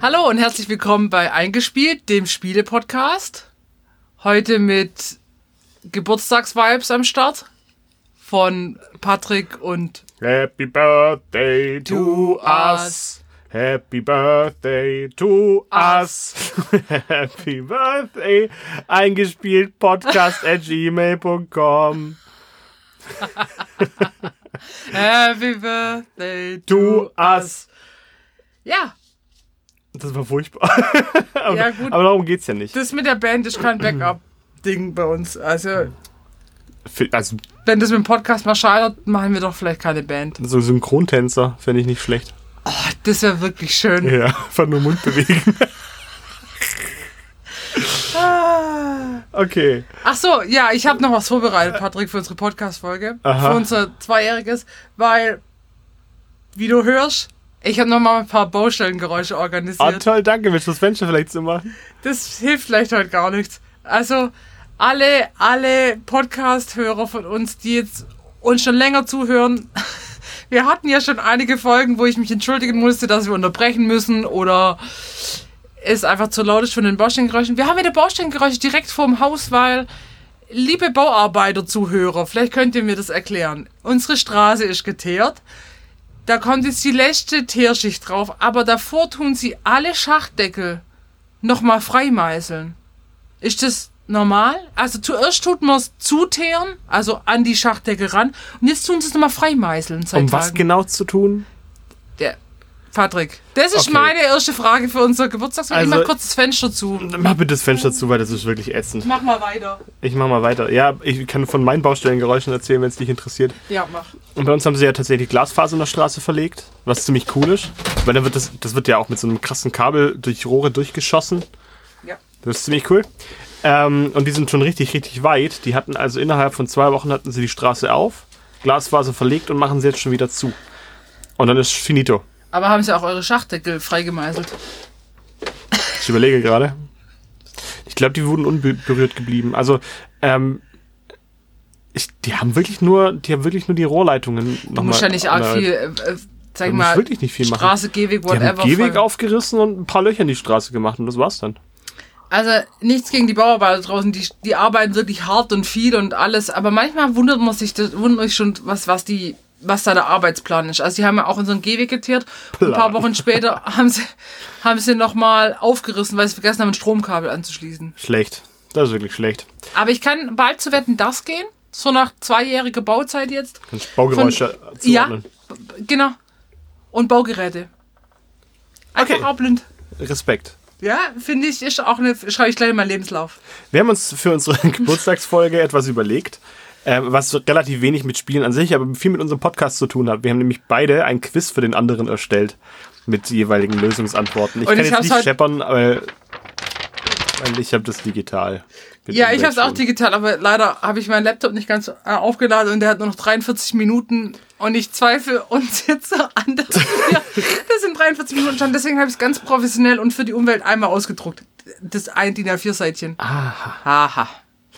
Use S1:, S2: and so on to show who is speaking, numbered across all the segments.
S1: Hallo und herzlich willkommen bei Eingespielt, dem Spiele-Podcast. Heute mit Geburtstagsvibes am Start von Patrick und
S2: Happy Birthday to us. Happy Birthday to us. Happy Birthday. Eingespielt podcast at gmail.com.
S1: Happy Birthday
S2: To us.
S1: Ja,
S2: Das war furchtbar. aber,
S1: Ja, gut.
S2: aber darum geht's ja nicht.
S1: das mit der Band ist kein Backup-Ding bei uns. Also,
S2: Fi- Also,
S1: wenn das mit dem Podcast mal scheitert, machen wir doch vielleicht keine Band.
S2: so Synchrontänzer fände ich nicht schlecht.
S1: Das wäre wirklich schön.
S2: Ja, einfach nur Mund bewegen. Ah. okay.
S1: Ach so, ja, ich habe noch was vorbereitet, Patrick, für unsere Podcast-Folge.
S2: Aha.
S1: Für unser Zweijähriges, weil, wie du hörst, ich habe noch mal ein paar Baustellengeräusche
S2: Ah,
S1: organisiert.
S2: toll, danke. Willst du das Fenster vielleicht zu machen?
S1: Das hilft vielleicht heute gar nichts. Also, alle, alle Podcast-Hörer von uns, die jetzt uns schon länger zuhören, wir hatten ja schon einige Folgen, wo ich mich entschuldigen musste, dass wir unterbrechen müssen oder es einfach zu laut ist von den Baustellengeräuschen. Wir haben wieder Baustellengeräusche direkt vorm Haus, weil, liebe Bauarbeiter-Zuhörer, vielleicht könnt ihr mir das erklären. Unsere Straße ist geteert. Da kommt jetzt die letzte Teerschicht drauf, aber davor tun sie alle Schachtdeckel nochmal freimeißeln. Ist das normal? Also zuerst tut man es zuteeren, also an die Schachtdecke ran, und jetzt tun sie es nochmal freimeißeln. Seit
S2: Um was
S1: Tagen.
S2: genau zu tun?
S1: Der Patrick, das ist
S2: Okay.
S1: meine erste Frage für unser Geburtstagsfest. ich
S2: Also-
S1: mach kurz das Fenster zu.
S2: Mach bitte das Fenster zu, weil das ist wirklich ätzend.
S1: Mach mal weiter.
S2: Ich mach mal weiter. Ja, ich kann von meinen Baustellengeräuschen erzählen, wenn es dich interessiert.
S1: Ja, mach.
S2: Und bei uns haben sie ja tatsächlich Glasfaser in der Straße verlegt, was ziemlich cool ist. Weil dann wird das, das wird ja auch mit so einem krassen Kabel durch Rohre durchgeschossen.
S1: Ja.
S2: Das ist ziemlich cool. Ähm, und die sind schon richtig, richtig weit. Die hatten also innerhalb von zwei Wochen hatten sie die Straße auf, Glasfaser verlegt und machen sie jetzt schon wieder zu. Und dann ist finito.
S1: Aber haben sie auch eure Schachtdeckel freigemeißelt?
S2: Ich überlege gerade. Ich glaube, die wurden unberührt geblieben. Also, ähm, ich, die haben wirklich nur, die haben wirklich nur die Rohrleitungen
S1: Du musst ja nicht arg viel, äh, äh, sag ich
S2: Du musst
S1: mal,
S2: wirklich nicht viel machen.
S1: Straße, Gehweg,
S2: Die haben
S1: whatever.
S2: den Gehweg
S1: frei-
S2: aufgerissen und ein paar Löcher in die Straße gemacht und das war's dann.
S1: Also nichts gegen die Bauarbeiter draußen, die, die arbeiten wirklich hart und viel und alles, aber manchmal wundert man sich, das, wundert man sich schon, was, was die was da der Arbeitsplan ist. Also die haben ja auch unseren Gehweg geteert und ein paar
S2: Plan.
S1: Wochen später haben sie, haben sie nochmal aufgerissen, weil sie vergessen haben, ein Stromkabel anzuschließen.
S2: Schlecht. Das ist wirklich schlecht.
S1: Aber ich kann bald zu Wetten, das gehen, so nach zweijähriger Bauzeit jetzt.
S2: Kannst Baugeräusche
S1: ja,
S2: zuordnen.
S1: b- genau. Und Baugeräte. Einfach
S2: Okay.
S1: auch blind.
S2: Respekt.
S1: Ja, finde ich, ist auch eine, schreibe ich gleich in meinen Lebenslauf.
S2: Wir haben uns für unsere Geburtstagsfolge etwas überlegt, ähm, was relativ wenig mit Spielen an sich, aber viel mit unserem Podcast zu tun hat. Wir haben nämlich beide ein Quiz für den anderen erstellt mit jeweiligen Lösungsantworten. Ich
S1: Und
S2: kann
S1: ich
S2: jetzt
S1: hab's
S2: nicht
S1: heute-
S2: scheppern, weil, weil ich habe das digital. Mit
S1: Ja,
S2: dem
S1: ich habe es auch
S2: Bildschirm.
S1: digital, aber leider habe ich meinen Laptop nicht ganz äh, aufgeladen und der hat nur noch 43 Minuten und ich zweifle uns jetzt so an, dass wir das sind 43 Minuten schon. Deswegen habe ich es ganz professionell und für die Umwelt einmal ausgedruckt. Das ein DIN A4-Seitchen. Aha. Aha.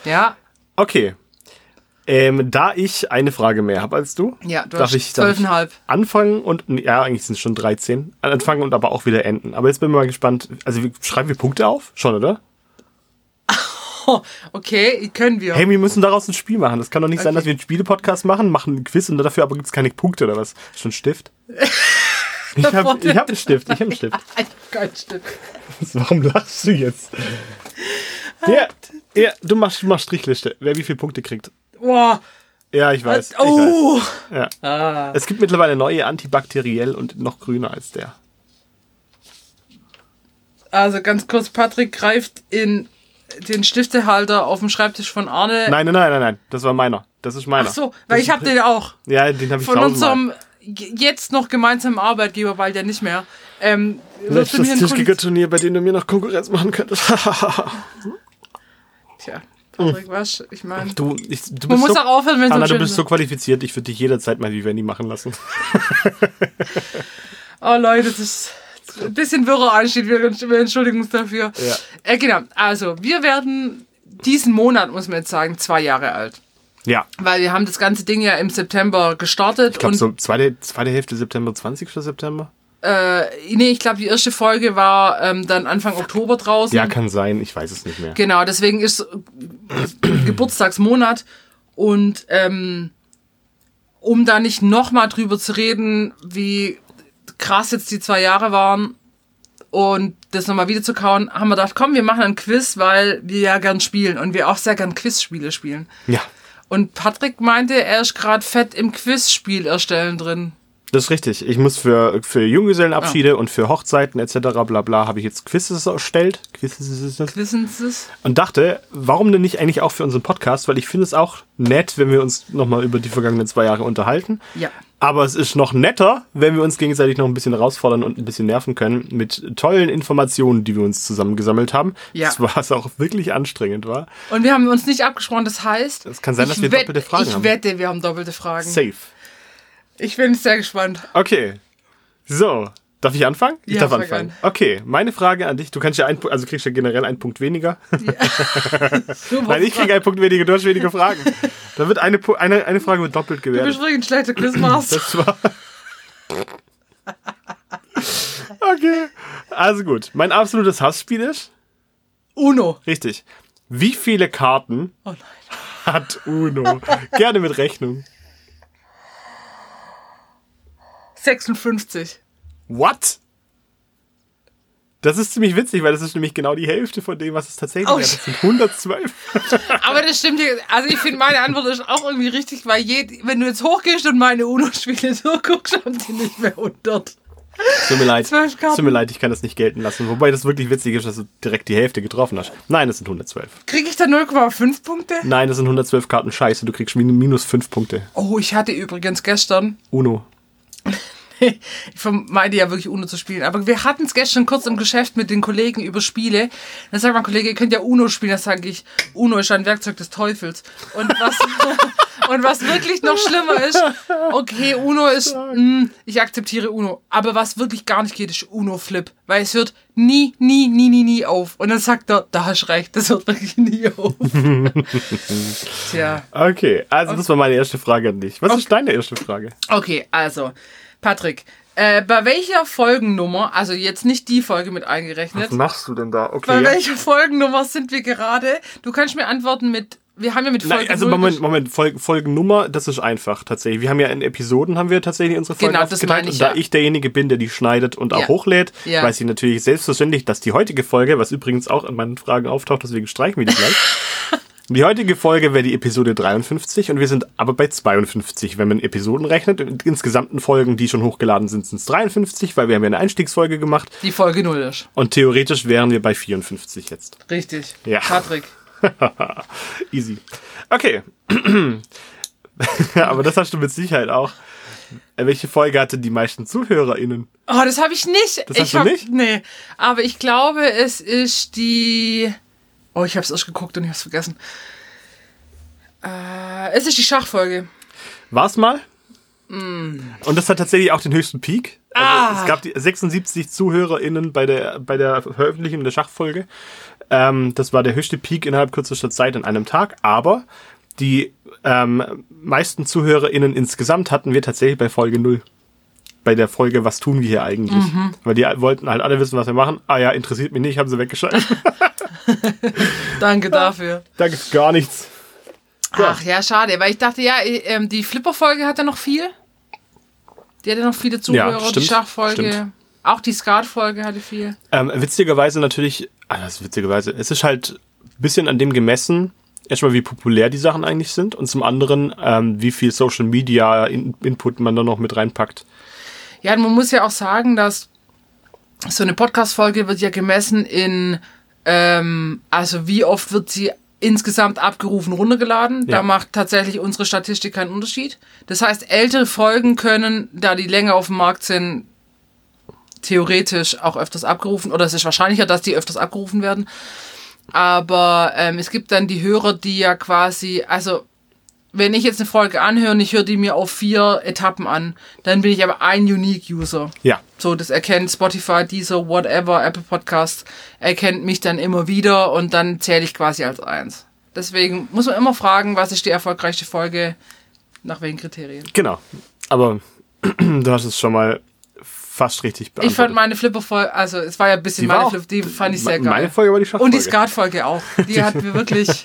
S1: Ja,
S2: Okay. Ähm, da ich eine Frage mehr habe als du,
S1: Ja, du
S2: darf
S1: hast
S2: ich, darf ich
S1: 12,5.
S2: anfangen und, nee, ja, eigentlich sind es schon 13, anfangen und aber auch wieder enden. Aber jetzt bin ich mal gespannt, also wir- schreiben wir Punkte auf? Schon, oder?
S1: okay, können wir.
S2: Hey, wir müssen daraus ein Spiel machen. Das kann doch nicht sein, dass wir einen Spiele-Podcast machen, machen einen Quiz und dafür aber gibt es keine Punkte oder was. Schon Stift? Ich habe ich hab einen Stift, ich habe einen Stift.
S1: Ein Goldstück.
S2: Warum lachst du jetzt? Ja, ja du machst, du machst Strichliste, wer wie viele Punkte kriegt.
S1: Boah.
S2: Ja, ich weiß. Ich weiß.
S1: Oh. Ah.
S2: Ja. Es gibt mittlerweile neue antibakteriell und noch grüner als der.
S1: Also ganz kurz, Patrick greift in den Stiftehalter auf dem Schreibtisch von Arne.
S2: Nein, nein, nein, nein, nein. Das war meiner. Das ist meiner.
S1: Ach so, weil ich habe den auch.
S2: Ja, den habe ich
S1: von
S2: tausendmal.
S1: unserem j- jetzt noch gemeinsamen Arbeitgeber, weil der nicht mehr. Ähm, wirst du mir einen Kunden-
S2: Tischkicker-Turnier, bei dem du mir noch Konkurrenz machen könntest.
S1: Tja,
S2: Oh.
S1: Patrick, was? Ich meine,
S2: du, ich, du
S1: man
S2: bist
S1: muss
S2: so,
S1: auch aufhören, wenn
S2: Anna,
S1: es
S2: du bist so qualifiziert. Ich würde dich jederzeit mal Vivendi machen lassen.
S1: Oh Leute, das ist ein bisschen wirrer Anstieg. Wir wir entschuldigen uns dafür.
S2: Ja.
S1: Äh, genau, also wir werden diesen Monat, muss man jetzt sagen, zwei Jahre alt.
S2: Ja.
S1: Weil wir haben das ganze Ding ja im September gestartet
S2: Ich glaube,
S1: und
S2: so zweite, zweite Hälfte September, 20. September.
S1: Äh, nee, ich glaube, die erste Folge war ähm, dann Anfang Oktober draußen.
S2: Ja, kann sein, ich weiß es nicht mehr.
S1: Genau, deswegen ist äh, Geburtstagsmonat und ähm, um da nicht nochmal drüber zu reden, wie krass jetzt die zwei Jahre waren und das nochmal wieder zu kauen, haben wir gedacht, komm, wir machen ein Quiz, weil wir ja gern spielen und wir auch sehr gern Quizspiele spielen.
S2: Ja,
S1: Und Patrick meinte, er ist gerade fett im Quizspiel erstellen drin.
S2: das ist richtig. Ich muss für, für Junggesellenabschiede und für Hochzeiten etc. bla bla habe ich jetzt Quizzes erstellt. Quizzes.
S1: Wissen Sie es?
S2: Und dachte, warum denn nicht eigentlich auch für unseren Podcast? Weil ich finde es auch nett, wenn wir uns nochmal über die vergangenen zwei Jahre unterhalten.
S1: Ja.
S2: Aber es ist noch netter, wenn wir uns gegenseitig noch ein bisschen herausfordern und ein bisschen nerven können mit tollen Informationen, die wir uns zusammengesammelt haben.
S1: Ja. Mhm.
S2: Das war es auch wirklich anstrengend, war.
S1: Und wir haben uns nicht abgesprochen, das heißt.
S2: Es kann sein, dass
S1: ich
S2: wir
S1: wett-
S2: doppelte Fragen
S1: ich
S2: haben.
S1: wette, wir haben doppelte Fragen.
S2: Safe.
S1: Ich bin sehr gespannt.
S2: Okay. So. Darf ich anfangen? Ich
S1: Ja,
S2: darf
S1: fang
S2: anfangen.
S1: an.
S2: Okay, meine Frage an dich. Du kannst ja einen, Pu- also kriegst ja generell einen Punkt weniger.
S1: Oh Super.
S2: Nein, ich krieg einen Punkt weniger, du hast weniger Fragen. Da wird eine, Pu- eine, eine Frage wird doppelt
S1: Du
S2: gewertet.
S1: bist wirklich ein schlechter Quizmaster.
S2: Das war. Okay. Also gut. Mein absolutes Hassspiel ist.
S1: Uno.
S2: Richtig. Wie viele Karten
S1: Oh nein.
S2: hat Uno? Gerne mit Rechnung.
S1: 56.
S2: What? Das ist ziemlich witzig, weil das ist nämlich genau die Hälfte von dem, was es tatsächlich
S1: Oh,
S2: hat. Das sind 112.
S1: Aber das stimmt. hier- Also ich finde, meine Antwort ist auch irgendwie richtig, weil jed wenn du jetzt hochgehst und meine Uno-Spiele durchguckst, haben die nicht mehr 100.
S2: Tut mir leid.
S1: Zwölf Karten.
S2: Tut mir leid, ich kann das nicht gelten lassen. Wobei das wirklich witzig ist, dass du direkt die Hälfte getroffen hast. Nein, das sind 112.
S1: Kriege ich da 0,5 Punkte?
S2: Nein, das sind 112 Karten. Scheiße, du kriegst min- minus 5 Punkte.
S1: Oh, ich hatte übrigens gestern
S2: Uno.
S1: ich vermeide ja wirklich Uno zu spielen. Aber wir hatten es gestern kurz im Geschäft mit den Kollegen über Spiele. Dann sagt mein Kollege, ihr könnt ja Uno spielen. Dann sage ich, Uno ist ein Werkzeug des Teufels. Und was, und was wirklich noch schlimmer ist, okay, Uno ist, mm, ich akzeptiere Uno. Aber was wirklich gar nicht geht, ist Uno-Flip. Weil es hört nie, nie, nie, nie, nie auf. Und dann sagt er, da hast recht, das hört wirklich nie auf. Tja.
S2: Okay, also das war meine erste Frage an dich. Was ist deine erste Frage?
S1: Okay, also, Patrick, äh, bei welcher Folgennummer, also jetzt nicht die Folge mit eingerechnet,
S2: machst du denn da?
S1: bei
S2: Okay.
S1: welcher Folgennummer sind wir gerade? Du kannst mir antworten mit, wir haben ja mit Folge
S2: Nein, also
S1: null
S2: Moment,
S1: gesch-
S2: Moment, Fol Folgennummer, das ist einfach tatsächlich. Wir haben ja in Episoden haben wir tatsächlich unsere Folgen
S1: Genau, das
S2: aufgeteilt.
S1: meine ich,
S2: und da
S1: ja.
S2: ich derjenige bin, der die schneidet und auch
S1: Ja.
S2: hochlädt,
S1: Ja.
S2: weiß ich natürlich selbstverständlich, dass die heutige Folge, was übrigens auch in meinen Fragen auftaucht, deswegen streichen wir die gleich. Die heutige Folge wäre die Episode 53 und wir sind aber bei 52, wenn man Episoden rechnet. Und insgesamten Folgen, die schon hochgeladen sind, sind es 53, weil wir haben ja eine Einstiegsfolge gemacht
S1: Die Folge null ist.
S2: und theoretisch wären wir bei 54 jetzt.
S1: Richtig.
S2: Ja.
S1: Patrick.
S2: Easy. Okay. Aber das hast du mit Sicherheit auch. Äh, Welche Folge hatte die meisten ZuhörerInnen?
S1: Oh, das habe ich nicht.
S2: Das
S1: ich
S2: hast du nicht?
S1: Nee. Aber ich glaube, es ist die. Oh, ich habe es erst geguckt und ich habe es vergessen. Äh, es ist die Schachfolge.
S2: War's mal? Und das hat tatsächlich auch den höchsten Peak. Also
S1: Ah.
S2: Es gab die 76 ZuhörerInnen bei der, bei der Veröffentlichung der Schachfolge. Ähm, das war der höchste Peak innerhalb kürzester Zeit an einem Tag. Aber die ähm, meisten ZuhörerInnen insgesamt hatten wir tatsächlich bei Folge 0. Bei der Folge, was tun wir hier eigentlich? Weil die wollten halt alle wissen, was wir machen. Ah ja, interessiert mich nicht, haben sie weggeschaltet.
S1: Danke dafür.
S2: da gibt's gar nichts. Ja.
S1: Ach ja, schade, weil ich dachte, ja, eh, ähm, die Flipper-Folge hatte noch viel. Die hatte noch viele Zuhörer, die
S2: stimmt,
S1: Schachfolge.
S2: stimmt.
S1: Auch die Skat-Folge hatte viel.
S2: Ähm, witzigerweise natürlich, ah, das ist witzigerweise, es ist halt ein bisschen an dem gemessen, erstmal wie populär die Sachen eigentlich sind und zum anderen, ähm, wie viel Social Media In Input man da noch mit reinpackt.
S1: Ja, und man muss ja auch sagen, dass so eine Podcast-Folge wird ja gemessen in, ähm, also wie oft wird sie insgesamt abgerufen, runtergeladen. Da
S2: Ja.
S1: macht tatsächlich unsere Statistik keinen Unterschied. Das heißt, ältere Folgen können, da die länger auf dem Markt sind, theoretisch auch öfters abgerufen. Oder es ist wahrscheinlicher, dass die öfters abgerufen werden. Aber ähm, es gibt dann die Hörer, die ja quasi, also wenn ich jetzt eine Folge anhöre und ich höre die mir auf vier Etappen an, dann bin ich aber ein Unique-User.
S2: Ja,
S1: So, das erkennt Spotify, Deezer, whatever, Apple Podcast, erkennt mich dann immer wieder und dann zähle ich quasi als eins. Deswegen muss man immer fragen, was ist die erfolgreichste Folge, nach welchen Kriterien.
S2: genau. Aber du hast es schon mal fast richtig beantwortet.
S1: Ich fand meine Flipper-Folge, also es war ja ein bisschen
S2: Die war
S1: meine
S2: auch-
S1: Flipper, die fand ich
S2: Me-
S1: sehr geil.
S2: Meine Folge war die Schachfolge.
S1: Und die Skat-Folge auch. Die hat mir wirklich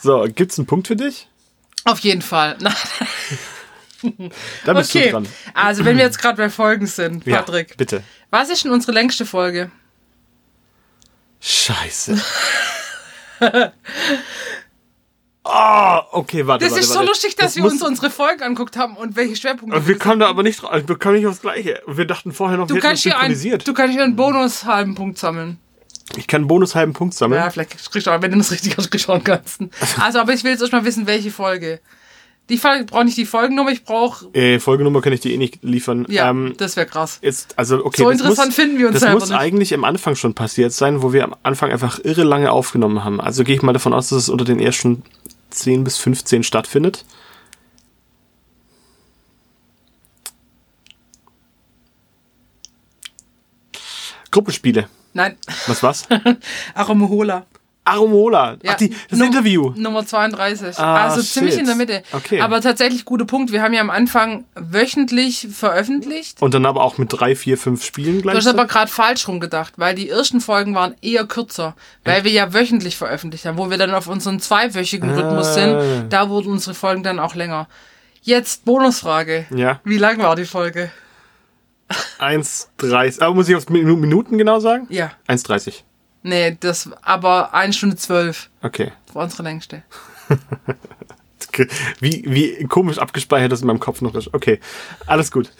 S2: So, gibt's einen Punkt für dich?
S1: auf jeden Fall. Na,
S2: Da bist
S1: okay.
S2: du dran.
S1: Also wenn wir jetzt gerade bei Folgen sind,
S2: Ja,
S1: Patrick.
S2: bitte.
S1: was ist denn unsere längste Folge?
S2: Scheiße. Ah, okay, warte,
S1: Das
S2: warte,
S1: ist so
S2: warte.
S1: lustig, dass
S2: Das
S1: wir
S2: muss-
S1: uns unsere Folgen anguckt haben und welche Schwerpunkte.
S2: Wir kamen da aber nicht drauf. Wir kamen nicht aufs Gleiche. Wir dachten vorher noch,
S1: Du
S2: wir hätten
S1: kannst, hier einen,
S2: synchronisiert.
S1: du kannst hier einen Bonus halben Punkt sammeln.
S2: ich kann einen Bonus halben Punkt sammeln.
S1: Ja, vielleicht kriegst du auch, wenn du das richtig hast, kriegst du auch einen ganzen. Also, aber ich will jetzt erstmal wissen, welche Folge. Die Folge brauche nicht die Folgennummer, ich brauche.
S2: Äh, Folgenummer kann ich dir eh nicht liefern.
S1: Ja,
S2: Ähm,
S1: das wäre krass.
S2: Jetzt, also, okay,
S1: So
S2: das
S1: interessant
S2: muss,
S1: finden wir uns
S2: Das
S1: selber
S2: muss
S1: nicht.
S2: eigentlich am Anfang schon passiert sein, wo wir am Anfang einfach irre lange aufgenommen haben. Also gehe ich mal davon aus, dass es unter den ersten 10 bis 15 stattfindet. Gruppenspiele.
S1: Nein,
S2: Was was?
S1: Aromohola.
S2: Aromola.
S1: Ja.
S2: Ach, die, das
S1: Num-
S2: Interview.
S1: Nummer 32.
S2: Ah,
S1: also ziemlich
S2: shit.
S1: in der Mitte.
S2: Okay.
S1: Aber tatsächlich guter Punkt. Wir haben ja am Anfang wöchentlich veröffentlicht.
S2: Und dann aber auch mit drei, vier, fünf Spielen
S1: Du
S2: gleich.
S1: hast aber gerade falsch rumgedacht, weil die ersten Folgen waren eher kürzer, weil wir ja wöchentlich veröffentlicht haben, wo wir dann auf unseren zweiwöchigen Rhythmus
S2: Ah.
S1: sind. Da wurden unsere Folgen dann auch länger. Jetzt Bonusfrage.
S2: Ja.
S1: Wie lang war die Folge?
S2: 1,30. Aber muss ich auf Minu- Minuten genau sagen?
S1: Ja.
S2: 1,30.
S1: Nee, das aber eine Stunde zwölf
S2: Okay.
S1: war unsere längste.
S2: Wie, wie komisch abgespeichert das in meinem Kopf noch ist. Okay, alles gut.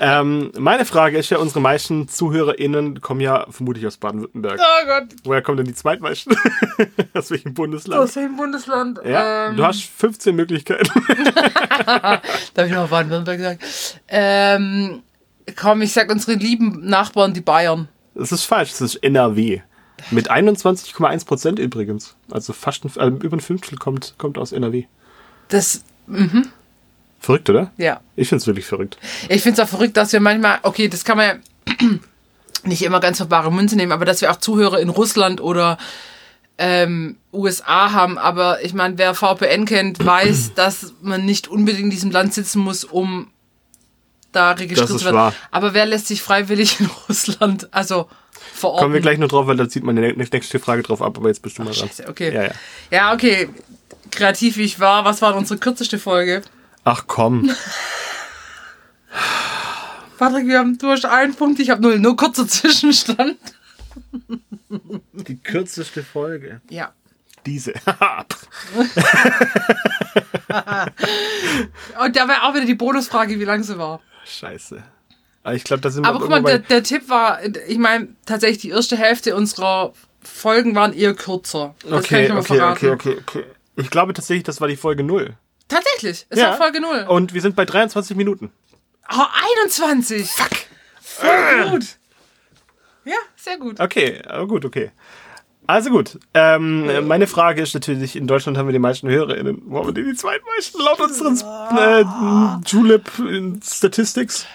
S2: ähm, meine Frage ist ja, unsere meisten ZuhörerInnen kommen ja vermutlich aus Baden-Württemberg.
S1: Oh Gott,
S2: Woher kommen denn die zweitmeisten? aus welchem Bundesland?
S1: aus dem Bundesland.
S2: Ja,
S1: Ähm,
S2: du hast 15 Möglichkeiten.
S1: Da habe ich noch Baden-Württemberg gesagt. Ähm, komm, ich sag unsere lieben Nachbarn, die Bayern.
S2: Das ist falsch, das ist NRW. Mit 21,1 Prozent übrigens. Also fast ein, äh, über ein Fünftel kommt, kommt aus NRW.
S1: Das,
S2: Verrückt, oder?
S1: ja.
S2: Ich find's wirklich verrückt.
S1: Ich finde es auch verrückt, dass wir manchmal, okay, das kann man ja nicht immer ganz für bare Münze nehmen, aber dass wir auch Zuhörer in Russland oder ähm, USA haben. Aber ich meine, wer VPN kennt, weiß, dass man nicht unbedingt in diesem Land sitzen muss, um da registriert
S2: Das ist
S1: zu werden.
S2: wahr.
S1: Aber wer lässt sich freiwillig in Russland, also vor Ort?
S2: Kommen wir gleich noch drauf, weil da zieht meine ne- nächste Frage drauf ab, aber jetzt bist du mal dran.
S1: Scheiße, okay.
S2: Ja, ja.
S1: Ja, okay. Kreativ wie ich war, was war denn unsere kürzeste Folge?
S2: Ach komm.
S1: Patrick, wir haben, du hast einen Punkt, ich habe null. Nur kurzer Zwischenstand.
S2: Die kürzeste Folge.
S1: Ja.
S2: Diese.
S1: Und da war auch wieder die Bonusfrage, wie lang sie war.
S2: Scheiße. Aber ich glaube, da sind wir
S1: Aber guck mal,
S2: irgendwo
S1: der,
S2: bei.
S1: der Tipp war, ich meine, tatsächlich die erste Hälfte unserer Folgen waren eher kürzer. Das kann ich
S2: Okay,
S1: schon mal
S2: okay,
S1: verraten.
S2: okay, okay, okay. Ich glaube tatsächlich, das war die Folge 0.
S1: Tatsächlich, es war Folge 0.
S2: Und wir sind bei 23 Minuten.
S1: Oh, 21. Fuck. Voll gut. Ja, sehr gut.
S2: Äh. Okay, aber gut, okay. Also gut, ähm, äh, meine Frage ist natürlich, in Deutschland haben wir die meisten HörerInnen. Wo haben wir denn die zweitmeisten laut unseren äh, Julep Statistics?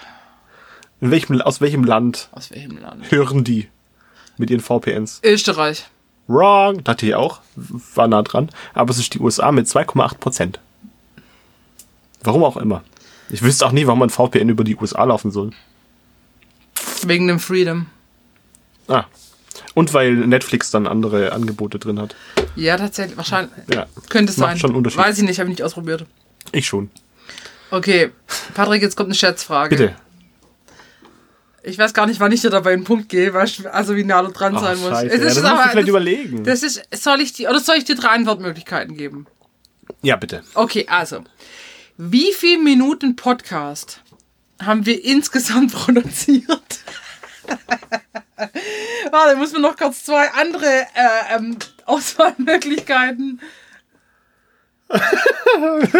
S2: In welchem, aus welchem Land
S1: Aus welchem Land?
S2: hören die mit ihren VPNs?
S1: Österreich.
S2: Wrong. Dachte ich auch. War nah dran. Aber es ist die USA mit 2,8 Prozent. Warum auch immer. Ich wüsste auch nie, warum man VPN über die USA laufen soll.
S1: Wegen dem Freedom.
S2: Ah. Und weil Netflix dann andere Angebote drin hat.
S1: Ja, tatsächlich. Wahrscheinlich.
S2: Ja.
S1: Könnte es
S2: Macht
S1: sein.
S2: schon einen Unterschied.
S1: Weiß ich nicht, habe ich nicht ausprobiert.
S2: Ich schon.
S1: Okay, Patrick, jetzt kommt eine Schätzfrage.
S2: Bitte.
S1: Ich weiß gar nicht, wann ich dir dabei einen Punkt gebe, weißt du, also wie nah du dran
S2: Ach,
S1: sein musst.
S2: Scheiße.
S1: Es
S2: Ja, das
S1: ist
S2: musst du
S1: aber-
S2: vielleicht überlegen.
S1: Das ist, soll ich dir, oder soll ich dir drei Antwortmöglichkeiten geben?
S2: Ja, bitte.
S1: Okay, also. Wie viele Minuten Podcast haben wir insgesamt produziert? Warte, muss man noch kurz zwei andere äh, ähm, Auswahlmöglichkeiten.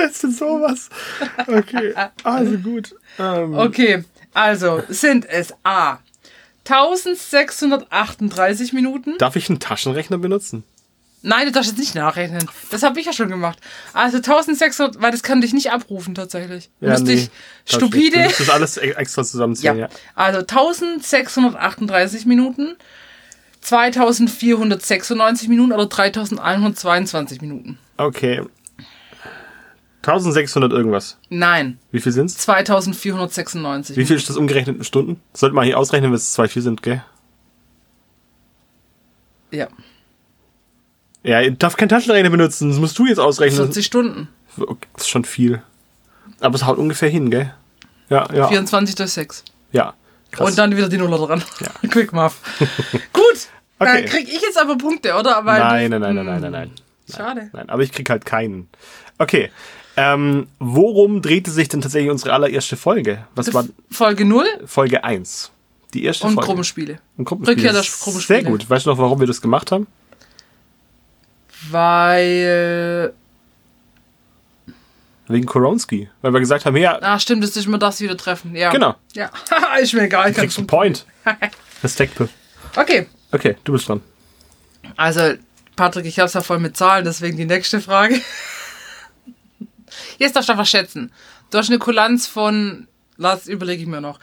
S2: Ist denn sowas? Okay. Also gut. Ähm,
S1: Okay, also sind es A. 1638 Minuten.
S2: Darf ich einen Taschenrechner benutzen?
S1: Nein, du darfst jetzt nicht nachrechnen. Das habe ich ja schon gemacht. Also 1600, weil das kann dich nicht abrufen tatsächlich. Müsste ich
S2: Darf nicht. Du
S1: stupide.
S2: musst das alles e- extra
S1: Ja.
S2: zusammenziehen. Ja.
S1: Also 1638 Minuten, 2496 Minuten oder 3122 Minuten.
S2: Okay. 1600 irgendwas.
S1: Nein.
S2: Wie viel sind's?
S1: 2496.
S2: Wie viel ist das umgerechnet in Stunden? Sollte man hier ausrechnen, wenn es 2,4 sind, gell?
S1: Ja.
S2: Ja, ich darf keinen Taschenrechner benutzen. Das musst du jetzt ausrechnen.
S1: 40 Stunden.
S2: Okay, das ist schon viel. Aber es haut ungefähr hin, gell? Ja, ja.
S1: 24 durch 6.
S2: Ja. Krass.
S1: Und dann wieder die Nuller dran. Quick Muff. Gut.
S2: Okay.
S1: Dann krieg ich jetzt aber Punkte, oder? Weil
S2: nein, nein, nein, nein, nein, nein, nein.
S1: Schade.
S2: Nein, aber ich krieg halt keinen. Okay. Ähm, worum drehte sich denn tatsächlich unsere allererste Folge? Was war
S1: Folge 0
S2: Folge 1? Die erste
S1: und
S2: Folge.
S1: Gruppenspiele.
S2: Und Gruppenspiele.
S1: Rückkehr der
S2: Sehr
S1: Gruppenspiele.
S2: gut. Weißt du noch, warum wir das gemacht haben?
S1: Weil.
S2: Wegen Koronski. Weil wir gesagt haben, ja,
S1: Ah, stimmt, das ist immer das wieder treffen. Ja.
S2: Genau.
S1: Ja. ist mir egal. Ich
S2: kriegst du
S1: kann-
S2: Point. Respekt.
S1: Okay.
S2: Okay, du bist dran.
S1: Also, Patrick, ich hab's ja voll mit Zahlen, deswegen die nächste Frage. Jetzt darfst du einfach schätzen. Du hast eine Kulanz von. Lass, überlege ich mir noch.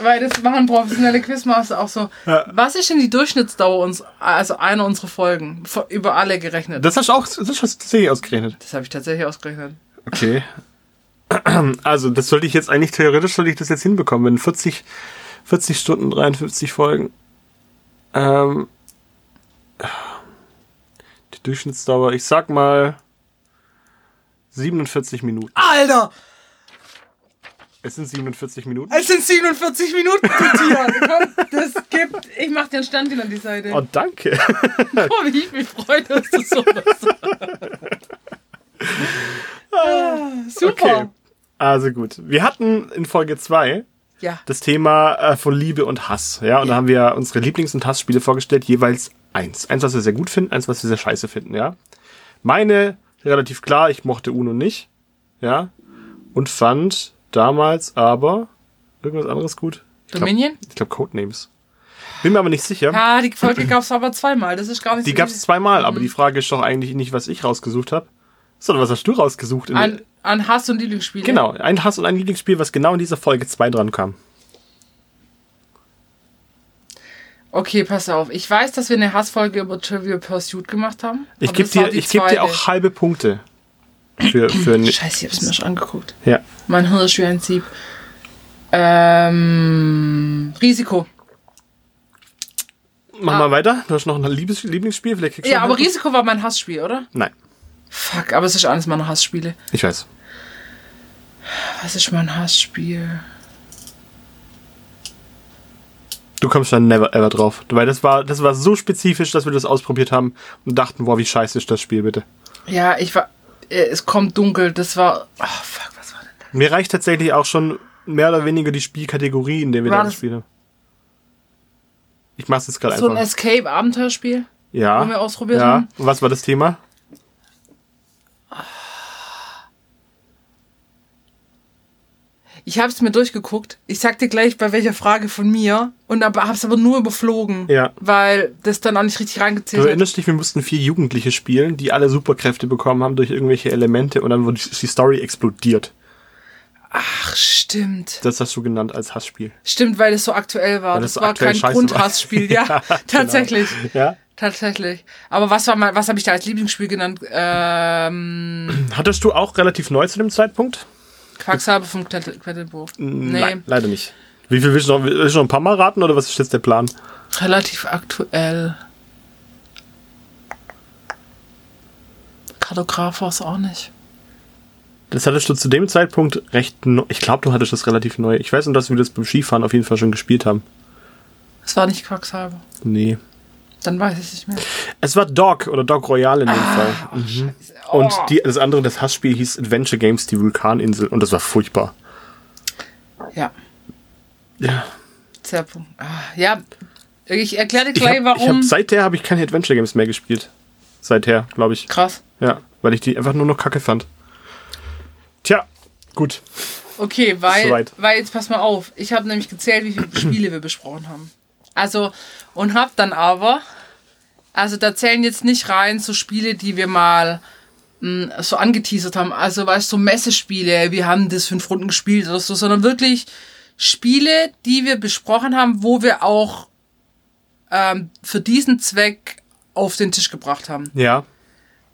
S1: Weil das machen professionelle Quizmaster auch so. Was ist denn die Durchschnittsdauer uns, also einer unserer Folgen? Von- Über alle gerechnet.
S2: Das hast du auch, das hast du tatsächlich ausgerechnet.
S1: Das habe ich tatsächlich ausgerechnet.
S2: Okay. Also, das sollte ich jetzt eigentlich theoretisch sollte ich das jetzt hinbekommen, wenn 40, 40 Stunden 53 Folgen. Ähm, die Durchschnittsdauer, ich sag mal 47 Minuten.
S1: Alter!
S2: Es sind 47 Minuten.
S1: Es sind 47 Minuten, du Tier. Komm, das gibt. Ich mach dir einen Sternchen an die Seite.
S2: Oh, danke.
S1: Oh, wie ich mich freue, dass du sowas sagst. ah, super.
S2: Okay. Also gut. Wir hatten in Folge 2
S1: Ja.
S2: das Thema äh, von Liebe und Hass. Ja, und da haben wir unsere Lieblings- und Hassspiele vorgestellt, jeweils eins. Eins, was wir sehr gut finden, eins, was wir sehr scheiße finden, ja. Meine, relativ klar, ich mochte Uno nicht, ja. Und fand damals aber irgendwas anderes gut. Ich glaub-
S1: Dominion?
S2: Ich glaube Codenames. Bin mir aber nicht sicher.
S1: Ja, die Folge gab es aber zweimal. Das ist gar nicht
S2: Die
S1: so
S2: gab es
S1: übel.
S2: zweimal, aber die Frage ist doch eigentlich nicht, was ich rausgesucht habe, sondern was hast du rausgesucht? In
S1: an, an Hass und Lieblingsspiele.
S2: genau, ein Hass- und ein Lieblingsspiel, was genau in dieser Folge 2 dran kam.
S1: Okay, pass auf. Ich weiß, dass wir eine Hassfolge über Trivial Pursuit gemacht haben.
S2: Ich
S1: aber
S2: gebe
S1: das war
S2: dir,
S1: die
S2: ich geb dir
S1: zweite.
S2: auch halbe Punkte. Für, für ne,
S1: Scheiße, ich hab's mir schon angeguckt.
S2: ja.
S1: Mein Hirn ist wie ein Sieb. Ähm, Risiko.
S2: Mach mal weiter. Du hast noch ein Liebes Lieblingsspiel. Vielleicht kriegst du
S1: Ja,
S2: noch
S1: aber
S2: einen.
S1: Risiko war mein Hassspiel, oder?
S2: Nein,
S1: Fuck, aber es ist eines meiner Hassspiele.
S2: ich weiß.
S1: Was ist mein Hassspiel?
S2: Du kommst dann never ever drauf. Weil das war, das war so spezifisch, dass wir das ausprobiert haben und dachten, boah, wie scheiße ist das Spiel, bitte.
S1: Ja, ich war. äh, Es kommt dunkel, das war. Oh, fuck, was war denn das?
S2: Mir reicht tatsächlich auch schon mehr oder weniger die Spielkategorie, in der wir
S1: War
S2: dann
S1: das-
S2: spielen. Ich mach's jetzt gerade
S1: So ein
S2: einfach.
S1: Escape-Abenteuerspiel?
S2: ja.
S1: wollen wir ausprobieren?
S2: Ja. Und was war das Thema?
S1: Ich hab's mir durchgeguckt. Ich sag dir gleich, bei welcher Frage von mir. Und aber, hab's aber nur überflogen.
S2: Ja.
S1: Weil das dann auch nicht richtig
S2: Du
S1: reingezählt hat.
S2: erinnerst dich, wir mussten vier Jugendliche spielen, die alle Superkräfte bekommen haben durch irgendwelche Elemente und dann wurde die Story explodiert.
S1: Ach, stimmt.
S2: Das hast du genannt als Hassspiel.
S1: Stimmt, weil es so aktuell war.
S2: Weil
S1: das
S2: es so
S1: war
S2: aktuell
S1: kein
S2: scheiße war. genau.
S1: Grundhassspiel, ja. tatsächlich.
S2: Ja?
S1: Tatsächlich. Aber was war mein, was habe ich da als Lieblingsspiel genannt? Ähm,
S2: Hattest du auch relativ neu zu dem Zeitpunkt?
S1: Quacksalbe vom Quedl- Quedlinburg. Nee.
S2: Nein, leider nicht. Wie viel willst du noch, willst du noch ein paar Mal raten oder was ist jetzt der Plan?
S1: relativ aktuell. Kartograf war es auch nicht.
S2: Das hattest du zu dem Zeitpunkt recht neu. Ich glaube, du hattest das relativ neu. Ich weiß nur, dass wir das beim Skifahren auf jeden Fall schon gespielt haben.
S1: Es war nicht Quacksalber.
S2: Nee.
S1: Dann weiß ich nicht mehr.
S2: Es war Dog oder Dog Royal in dem
S1: Ah, oh,
S2: Fall. Mhm. Und die, das andere, das Hassspiel hieß Adventure Games, die Vulkaninsel. Und das war furchtbar.
S1: Ja,
S2: Ja.
S1: sehr Punkt. Ah, ja, ich erkläre dir
S2: Ich
S1: gleich,
S2: hab, ich
S1: warum.
S2: hab, seither habe ich keine Adventure Games mehr gespielt. Seither, glaube ich.
S1: Krass.
S2: Ja, weil ich die einfach nur noch kacke fand. Tja, gut.
S1: Okay, weil,
S2: Soweit.
S1: weil jetzt pass mal auf. Ich habe nämlich gezählt, wie viele Spiele wir besprochen haben. Also, und hab dann aber, also da zählen jetzt nicht rein so Spiele, die wir mal mh, so angeteasert haben. Also, weißt du, so Messespiele, wir haben das fünf Runden gespielt oder so, sondern wirklich Spiele, die wir besprochen haben, wo wir auch ähm, für diesen Zweck auf den Tisch gebracht haben.
S2: Ja,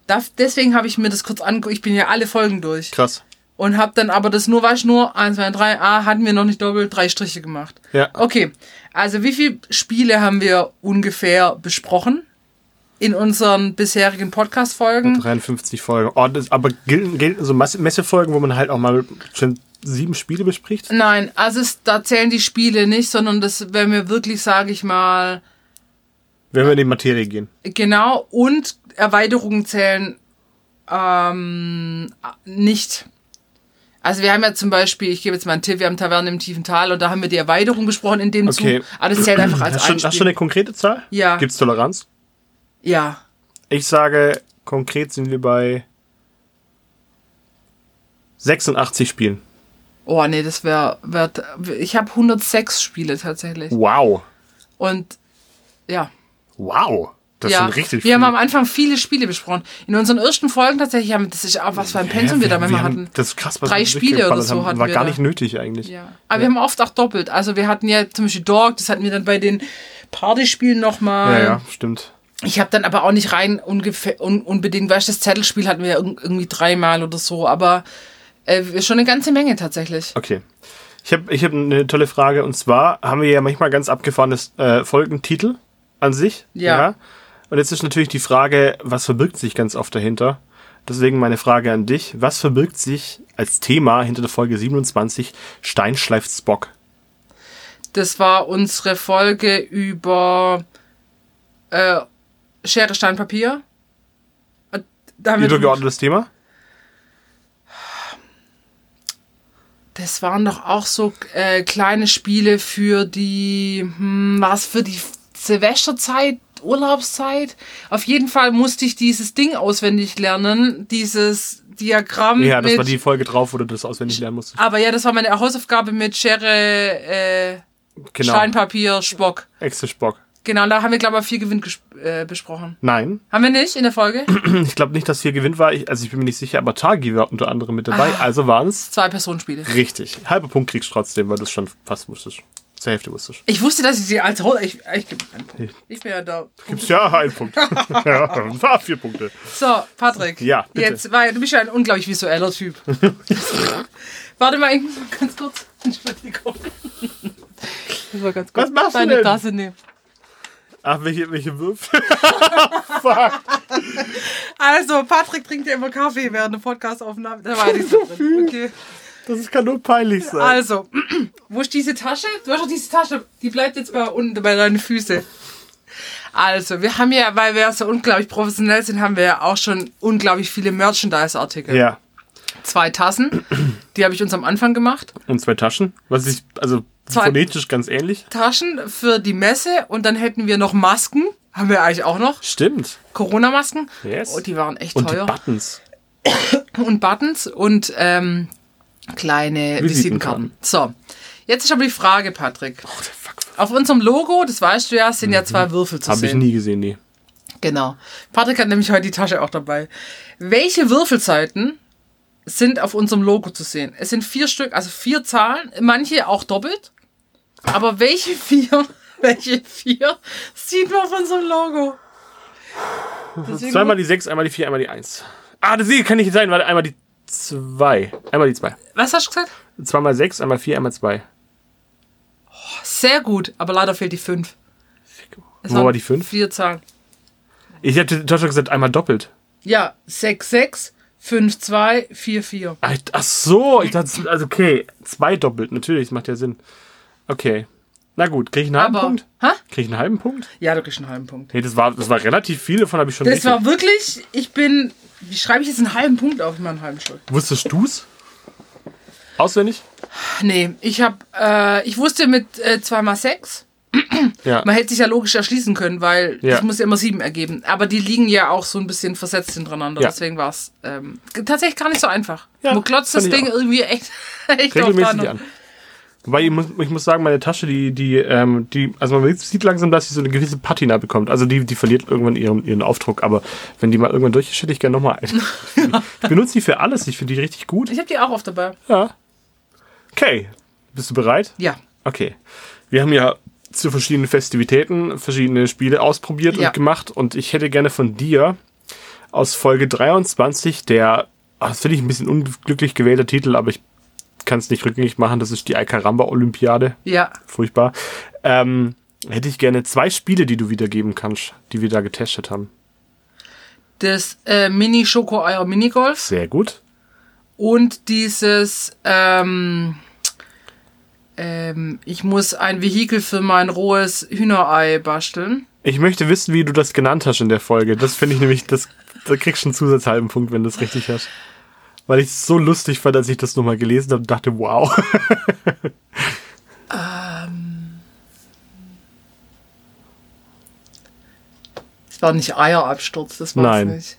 S1: Da, deswegen habe ich mir das kurz angeguckt. Ich bin ja alle Folgen durch.
S2: Krass.
S1: Und habe dann aber das nur, weißt du, nur 1, 2, 3, ah, hatten wir noch nicht doppelt, drei Striche gemacht.
S2: Ja.
S1: Okay, also wie viele Spiele haben wir ungefähr besprochen in unseren bisherigen Podcast-Folgen?
S2: 53 Folgen. Oh, das, aber gelten, gelten so Masse- Messefolgen, wo man halt auch mal schon sieben Spiele bespricht?
S1: Nein, also es, da zählen die Spiele nicht, sondern das, wenn wir wirklich, sage ich mal,
S2: Wenn wir in die Materie gehen.
S1: genau und Erweiterungen zählen ähm, nicht. Also wir haben ja zum Beispiel, ich gebe jetzt mal einen Tipp, wir haben Taverne im tiefen Tal und da haben wir die Erweiterung besprochen in dem
S2: Okay.
S1: Zug. Aber das zählt einfach als
S2: Hast du
S1: ein
S2: schon, hast
S1: Spiel.
S2: schon eine konkrete Zahl?
S1: Ja.
S2: Gibt's Toleranz?
S1: ja,
S2: Ich sage, konkret sind wir bei 86 Spielen.
S1: Oh nee, das wäre. Wär, ich habe 106 Spiele tatsächlich.
S2: Wow.
S1: Und ja.
S2: Wow. Das
S1: ja.
S2: sind richtig
S1: wir
S2: viele.
S1: haben am Anfang viele Spiele besprochen. In unseren ersten Folgen tatsächlich haben das ist auch was für ein Pensum wir da manchmal
S2: haben-
S1: hatten.
S2: Das ist krass, was
S1: Drei
S2: wir
S1: Spiele oder so
S2: durchgeballert haben.
S1: hatten
S2: War
S1: wir
S2: gar
S1: da.
S2: nicht nötig eigentlich.
S1: Ja. Aber wir haben oft auch doppelt. Also wir hatten ja zum Beispiel Dog, das hatten wir dann bei den Partyspielen
S2: ja,
S1: nochmal.
S2: ja, stimmt.
S1: Ich habe dann aber auch nicht rein ungefähr, un, unbedingt, weißt du, das Zettelspiel hatten wir ja irg- irgendwie dreimal oder so, aber äh, schon eine ganze Menge tatsächlich.
S2: Okay. Ich habe ich hab eine tolle Frage und zwar haben wir ja manchmal ganz abgefahrenes äh, Folgentitel an sich.
S1: Ja.
S2: Und jetzt ist natürlich die Frage, was verbirgt sich ganz oft dahinter? Deswegen meine Frage an dich. Was verbirgt sich als Thema hinter der Folge 27 Stein schleift Spock?
S1: Das war unsere Folge über äh, Schere, Stein, Papier. Äh, Da haben wir
S2: Übergeordnetes Thema?
S1: das waren doch auch so äh, kleine Spiele für die, hm, was für die Silvesterzeit, Urlaubszeit. Auf jeden Fall musste ich dieses Ding auswendig lernen, dieses Diagramm.
S2: Ja, das
S1: mit,
S2: war die Folge drauf, wo du das auswendig lernen musstest.
S1: Aber ja, das war meine Hausaufgabe mit Schere, äh,
S2: Genau.
S1: Stein, Papier, Spock.
S2: Exe Spock.
S1: Genau, da haben wir, glaube ich, viel Gewinn gesp- äh, besprochen.
S2: Nein,
S1: Haben wir nicht in der Folge?
S2: ich glaube nicht, dass hier Gewinn war. Ich, also ich bin mir nicht sicher, aber Tagi war unter anderem mit dabei.
S1: Ah.
S2: Also waren es
S1: Zwei Personenspiele.
S2: richtig. Halber Punkt kriegst du trotzdem, weil du es schon fast wusstest. Zur Hälfte wusstest.
S1: Ich wusste, dass ich die als Hol ich, ich gebe einen Punkt. Ich bin ja da.
S2: Ja, ein Punkt. ja, vier Punkte.
S1: So, Patrick.
S2: Ja, bitte.
S1: Jetzt, weil du bist ja ein unglaublich visueller Typ. Warte mal, ich muss mal ganz kurz. Entschuldigung. Das war ganz kurz.
S2: Was machst du
S1: Deine
S2: denn?
S1: Tasse nehmen.
S2: Ach, Ah, welche, welche Würfel?
S1: Also, Patrick trinkt ja immer Kaffee während der Podcastaufnahme. Da war nicht so drin. Okay.
S2: Das kann nur peinlich sein.
S1: Also, wo ist diese Tasche? Du hast doch diese Tasche. Die bleibt jetzt bei unten bei deinen Füßen. Also, wir haben ja, weil wir so unglaublich professionell sind, haben wir ja auch schon unglaublich viele Merchandise-Artikel.
S2: ja.
S1: Zwei Tassen, die habe ich uns am Anfang gemacht.
S2: Und zwei Taschen. Was ich, also
S1: Zwei-
S2: phonetisch ganz ähnlich.
S1: Taschen für die Messe und dann hätten wir noch Masken. Haben wir eigentlich auch noch.
S2: Stimmt.
S1: Corona-Masken.
S2: Yes.
S1: Oh, die waren echt
S2: Und die
S1: teuer.
S2: Buttons.
S1: und Buttons und ähm, kleine
S2: Visitenkarten.
S1: Visitenkarten. So, jetzt ist aber die Frage, Patrick.
S2: Oh, der fuck.
S1: Auf unserem Logo, das weißt du ja, sind ja zwei Würfel zu
S2: Habe Mhm. ich
S1: sehen.
S2: nie gesehen, nee.
S1: Genau. Patrick hat nämlich heute die Tasche auch dabei. Welche Würfelzeiten sind auf unserem Logo zu sehen? Es sind vier Stück, also vier Zahlen, manche auch doppelt. Aber welche vier, welche vier sieht man auf unserem Logo? Deswegen-
S2: Zweimal die sechs, einmal die vier, einmal die eins. Ah, das kann nicht sein. Warte, einmal die zwei. Einmal die zwei.
S1: Was hast du gesagt?
S2: Zweimal sechs, einmal vier, einmal zwei.
S1: Sehr gut, aber leider fehlt die fünf. Es
S2: Wo
S1: waren
S2: war die fünf?
S1: Vier Zahlen.
S2: Ich hätte Joshua gesagt, einmal doppelt.
S1: Ja, 6, 6, 5, 2, 4, 4.
S2: Ach ach so, ich dachte, also okay, zwei doppelt, natürlich, das macht ja Sinn. Okay. Na gut, krieg ich einen halben
S1: Aber.
S2: Punkt?
S1: Hä?
S2: Krieg ich einen halben Punkt?
S1: Ja, du kriegst einen halben Punkt.
S2: Nee, das war, das war relativ viel, davon habe ich schon
S1: Das
S2: richtig.
S1: war wirklich, ich bin. Wie schreibe ich jetzt einen halben Punkt auf meinen halben Schuld?
S2: Wusstest du's? Auswendig?
S1: Nee, ich habe, äh, ich wusste mit äh, 2x6,
S2: Ja.
S1: man hätte sich ja logisch erschließen können, weil
S2: Ja.
S1: das muss ja immer 7 ergeben. Aber die liegen ja auch so ein bisschen versetzt hintereinander,
S2: Ja.
S1: deswegen war es ähm, g- tatsächlich gar nicht so einfach.
S2: Ja,
S1: man klotzt
S2: fand
S1: das
S2: ich
S1: Ding
S2: auch.
S1: irgendwie echt, echt
S2: Regelmäßig
S1: dran.
S2: an. Wobei ich muss, ich muss sagen, meine Tasche, die, die, ähm, die, also man sieht langsam, dass sie so eine gewisse Patina bekommt. Also die, die verliert irgendwann ihren, ihren Aufdruck, aber wenn die mal irgendwann durch ist, schütte ich gerne nochmal ein. ich benutze die für alles, ich finde die richtig gut.
S1: Ich habe die auch oft dabei.
S2: Ja. Okay. Bist du bereit?
S1: Ja,
S2: Okay. Wir haben ja zu verschiedenen Festivitäten verschiedene Spiele ausprobiert
S1: Ja.
S2: und gemacht und ich hätte gerne von dir aus Folge 23, der, ah, das finde ich ein bisschen unglücklich gewählter Titel, aber ich kann es nicht rückgängig machen, das ist die Alcaramba-Olympiade.
S1: Ja.
S2: Furchtbar. Ähm, hätte ich gerne zwei Spiele, die du wiedergeben kannst, die wir da getestet haben.
S1: Das äh, Mini-Schoko-Eier Minigolf
S2: Sehr gut.
S1: und dieses, ähm, ähm, ich muss ein Vehikel für mein rohes Hühnerei basteln.
S2: Ich möchte wissen, wie du das genannt hast in der Folge. Das finde ich nämlich, das, da kriegst du einen zusatzhalben Punkt, wenn du es richtig hast. Weil ich es so lustig fand, als ich das nochmal gelesen habe und dachte, wow.
S1: Es war nicht Eierabsturz, das war's
S2: Nein.
S1: nicht.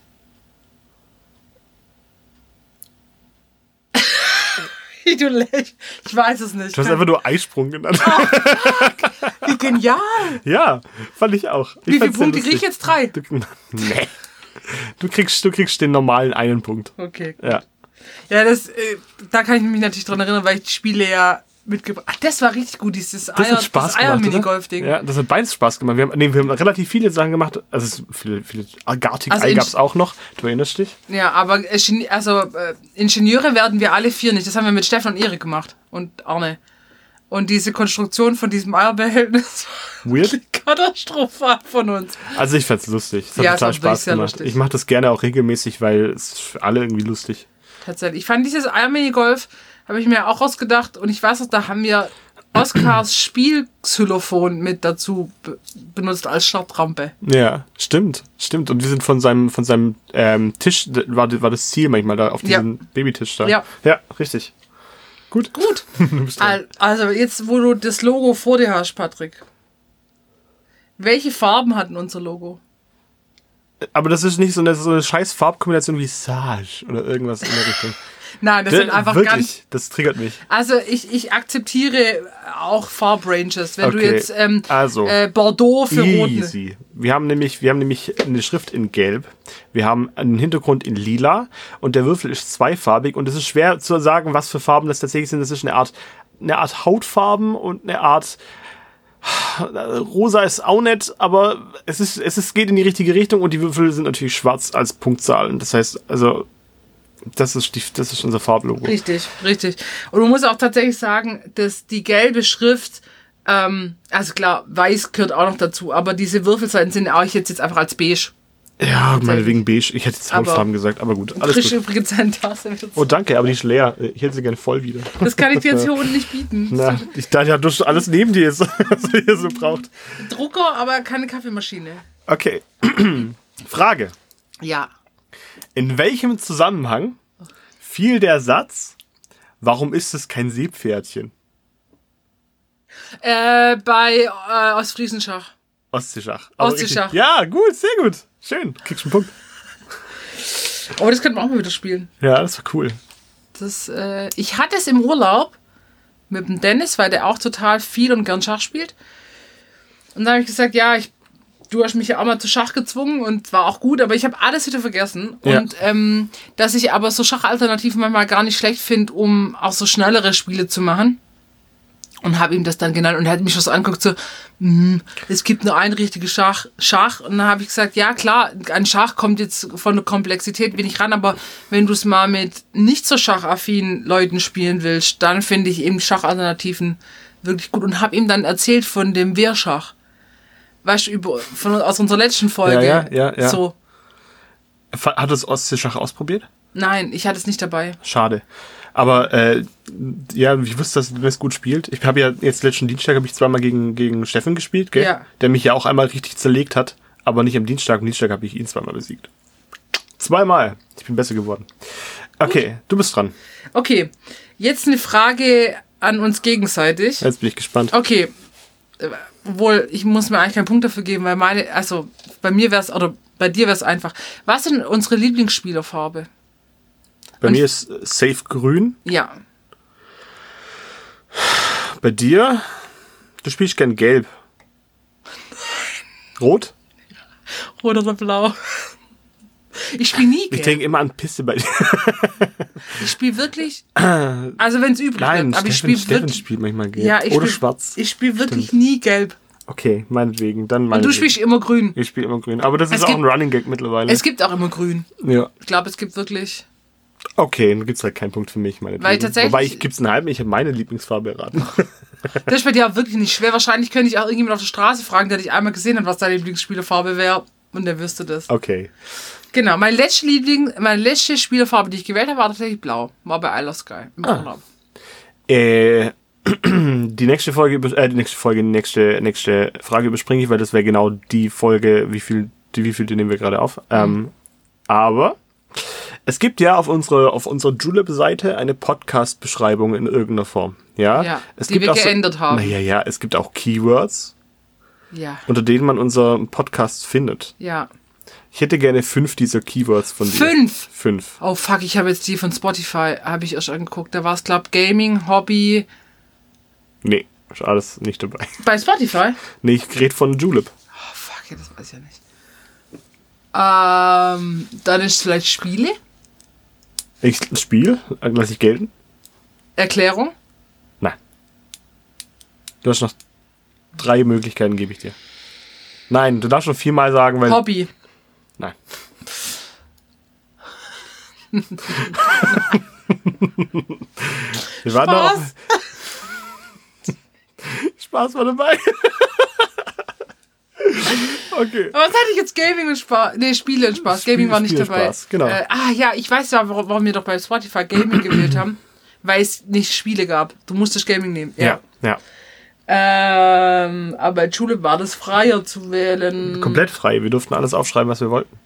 S1: du lächelst. Ich weiß es nicht.
S2: Du hast einfach nur Eisprung genannt.
S1: Wie genial.
S2: ja, fand ich auch. Ich
S1: Wie viele
S2: fand's sehr
S1: Punkte kriege ich
S2: lustig.
S1: jetzt? Drei.
S2: Du, nee. Du kriegst, du kriegst den normalen einen Punkt.
S1: Okay.
S2: Ja.
S1: Ja, das, äh, da kann ich mich natürlich dran erinnern, weil ich die Spiele ja mitgebracht Ach, das war richtig gut, dieses
S2: Das
S1: Eier,
S2: hat Spaß
S1: das Eier
S2: gemacht.
S1: Minigolf-Ding.
S2: Oder? Ja, das hat beides Spaß gemacht. Wir haben, nee, wir haben relativ viele Sachen gemacht. Also es- viele, viele Gartig
S1: Also
S2: Ei
S1: in-
S2: gab es auch noch. Du erinnerst dich?
S1: Ja, aber äh, Geni- also, äh, Ingenieure werden wir alle vier nicht. Das haben wir mit Stefan und Erik gemacht. Und Arne. Und diese Konstruktion von diesem Eierbehältnis war
S2: Weird.
S1: katastrophal von uns.
S2: Also ich fand's lustig. Es hat
S1: Ja, es
S2: total
S1: war wirklich
S2: Spaß
S1: sehr
S2: gemacht.
S1: lustig.
S2: Ich mache das gerne auch regelmäßig, weil es ist für alle irgendwie lustig.
S1: Tatsächlich. Ich fand dieses Eierminigolf, habe ich mir auch ausgedacht. Und ich weiß noch, da haben wir Oscars Spielxylophon mit dazu be benutzt als Startrampe.
S2: Ja, stimmt, stimmt. Und wir sind von seinem, von seinem ähm, Tisch, d- war, d- war das Ziel manchmal da, auf
S1: Ja.
S2: diesem Babytisch da.
S1: Ja.
S2: Ja, richtig. Gut.
S1: Gut. Al- Also jetzt, wo du das Logo vor dir hast, Patrick. Welche Farben hatten unser Logo?
S2: Aber das ist nicht so eine, so eine scheiß Farbkombination wie Sage oder irgendwas in der Richtung.
S1: Nein, das sind einfach
S2: Wirklich,
S1: ganz.
S2: das triggert mich.
S1: Also ich, ich akzeptiere auch Farbranges. Wenn du
S2: Okay,
S1: jetzt ähm,
S2: also.
S1: äh, Bordeaux für Rot.
S2: Easy. Wir haben, nämlich, wir haben nämlich eine Schrift in Gelb, wir haben einen Hintergrund in Lila und der Würfel ist zweifarbig und es ist schwer zu sagen, was für Farben das tatsächlich sind. Das ist eine Art, eine Art Hautfarben und eine Art Rosa ist auch nett, aber es ist, es ist, geht in die richtige Richtung und die Würfel sind natürlich schwarz als Punktzahlen. Das heißt, also, das ist, die, das ist unser Farblogo.
S1: Richtig, richtig. Und man muss auch tatsächlich sagen, dass die gelbe Schrift, ähm, also klar, weiß gehört auch noch dazu, aber diese Würfelseiten sind auch jetzt, jetzt einfach als beige.
S2: Ja, meinetwegen beige. Ich hätte jetzt
S1: Aber-
S2: Hautfarben gesagt, aber gut. Alles
S1: Frisch
S2: gut.
S1: übrigens eine Tasse. mit
S2: Oh,
S1: dazu.
S2: danke, aber die ist leer. Ich hätte sie gerne voll wieder.
S1: Das kann ich dir jetzt hier unten nicht bieten.
S2: Na, ich dachte ja, du hast alles neben dir, ist, was ihr so braucht.
S1: Drucker, aber keine Kaffeemaschine.
S2: Okay. Frage.
S1: Ja.
S2: In welchem Zusammenhang fiel der Satz, warum ist es kein Seepferdchen?
S1: Äh, bei äh, Ostfriesenschach.
S2: Ostseeschach. Aber
S1: Ostseeschach.
S2: richtig- Ja, gut, sehr gut. Schön. Kriegst einen Punkt.
S1: Aber das könnten wir auch mal wieder spielen.
S2: Ja, das war cool.
S1: Das, äh, ich hatte es im Urlaub mit dem Dennis, weil der auch total viel und gern Schach spielt. Und dann habe ich gesagt, ja, ich, du hast mich ja auch mal zu Schach gezwungen und war auch gut, aber ich habe alles wieder vergessen.
S2: Ja.
S1: Und ähm, dass ich aber so Schachalternativen manchmal gar nicht schlecht finde, um auch so schnellere Spiele zu machen. Und habe ihm das dann genannt und er hat mich schon so angeguckt, so, "Mhm, es gibt nur ein richtiges Schach, Schach. Und dann habe ich gesagt, ja klar, ein Schach kommt jetzt von der Komplexität wenig ran, aber wenn du es mal mit nicht so schachaffinen Leuten spielen willst, dann finde ich eben Schachalternativen wirklich gut. Und habe ihm dann erzählt von dem Wehrschach. Weißt du, über, von, aus unserer letzten Folge.
S2: Ja, ja, ja, ja.
S1: So,
S2: Fa- Hat das Ostseeschach ausprobiert?
S1: nein, ich hatte es nicht dabei.
S2: Schade. Aber äh, ja, ich wusste, dass Dennis gut spielt. Ich habe ja jetzt letzten Dienstag habe ich zweimal gegen, gegen Steffen gespielt, gell?
S1: Ja.
S2: der mich ja auch einmal richtig zerlegt hat, aber nicht am Dienstag. Am Dienstag habe ich ihn zweimal besiegt. Zweimal. Ich bin besser geworden. Okay, du bist dran.
S1: Okay, jetzt eine Frage an uns gegenseitig.
S2: Jetzt bin ich gespannt.
S1: Okay. Äh, Obwohl, ich muss mir eigentlich keinen Punkt dafür geben, weil meine, also bei mir wäre es, oder bei dir wäre es einfach. Was sind unsere Lieblingsspielerfarbe?
S2: Bei mir ist äh, safe grün.
S1: Ja.
S2: Bei dir, du spielst gern gelb. Rot?
S1: Rot oder blau? Ich spiele nie
S2: Ich
S1: gelb.
S2: denke immer an Pisse bei dir.
S1: Ich, spiele wirklich. Also wenn es übrig
S2: Nein,
S1: bleibt, aber
S2: Steffen,
S1: ich spiele
S2: Steffen
S1: wirklich.
S2: spielt manchmal gelb.
S1: Ja, ich
S2: Oder
S1: spiel-
S2: schwarz.
S1: Ich spiele wirklich nie gelb.
S2: Okay, meinetwegen. Dann
S1: Und du
S2: meinetwegen.
S1: spielst immer grün.
S2: ich spiele immer grün. Aber das
S1: Es
S2: ist auch
S1: gibt-
S2: ein Running Gag mittlerweile.
S1: Es gibt auch immer grün.
S2: ja.
S1: Ich glaube, es gibt wirklich.
S2: Okay, dann gibt's halt keinen Punkt für mich, meinetwegen.
S1: Weil tatsächlich-
S2: Wobei, ich gibt's einen halben, ich habe meine Lieblingsfarbe erraten.
S1: Das ist bei dir auch wirklich nicht schwer. Wahrscheinlich könnte ich auch irgendjemand auf der Straße fragen, der dich einmal gesehen hat, was deine Lieblingsspielerfarbe wäre. Und der wüsste das.
S2: Okay.
S1: Genau, meine letzte, Liebling, meine letzte Spielerfarbe, die ich gewählt habe, war tatsächlich blau. War bei Isle of Sky im Urlaub.
S2: Äh, die nächste Folge, übers- äh, die nächste Folge, die nächste, nächste Frage überspringe ich, weil das wäre genau die Folge, wie viel, die, wie viel die nehmen wir gerade
S1: Mhm.
S2: auf. Ähm, aber es gibt ja auf unserer, auf unserer Julep-Seite eine Podcast-Beschreibung in irgendeiner Form. Ja,
S1: Ja,
S2: es
S1: die wir
S2: auch so-
S1: geändert haben.
S2: Naja, ja, es gibt auch Keywords,
S1: Ja,
S2: unter denen man unseren Podcast findet.
S1: ja.
S2: Ich hätte gerne fünf dieser Keywords von dir.
S1: Fünf?
S2: Fünf.
S1: Oh fuck, ich habe jetzt die von Spotify, habe ich erst angeguckt. Da war es, glaube Gaming, Hobby.
S2: Nee, ist alles nicht dabei.
S1: Bei Spotify?
S2: Nee, ich rede von Julep.
S1: Oh fuck, ja, das weiß ich ja nicht. Ähm, dann ist vielleicht Spiele,
S2: Ich Spiel, lasse ich gelten.
S1: Erklärung.
S2: Nein. Du hast noch drei Möglichkeiten, gebe ich dir. Nein, du darfst schon viermal sagen, weil.
S1: Hobby.
S2: Nein. Wir waren doch auf- Spaß war dabei. okay.
S1: Aber was hatte ich jetzt Gaming und Spaß? Nee, Spiele und Spaß. Gaming
S2: Spiel-
S1: war nicht
S2: Spiel und
S1: dabei.
S2: Spaß, genau.
S1: Äh, ah ja, ich weiß ja, warum, warum wir doch bei Spotify Gaming gewählt haben. Weil es nicht Spiele gab. Du musstest Gaming nehmen. Ja.
S2: Ja, ja.
S1: Ähm, aber in Schule war das freier zu wählen.
S2: Mhm. Komplett frei. Wir durften alles aufschreiben, was wir wollten.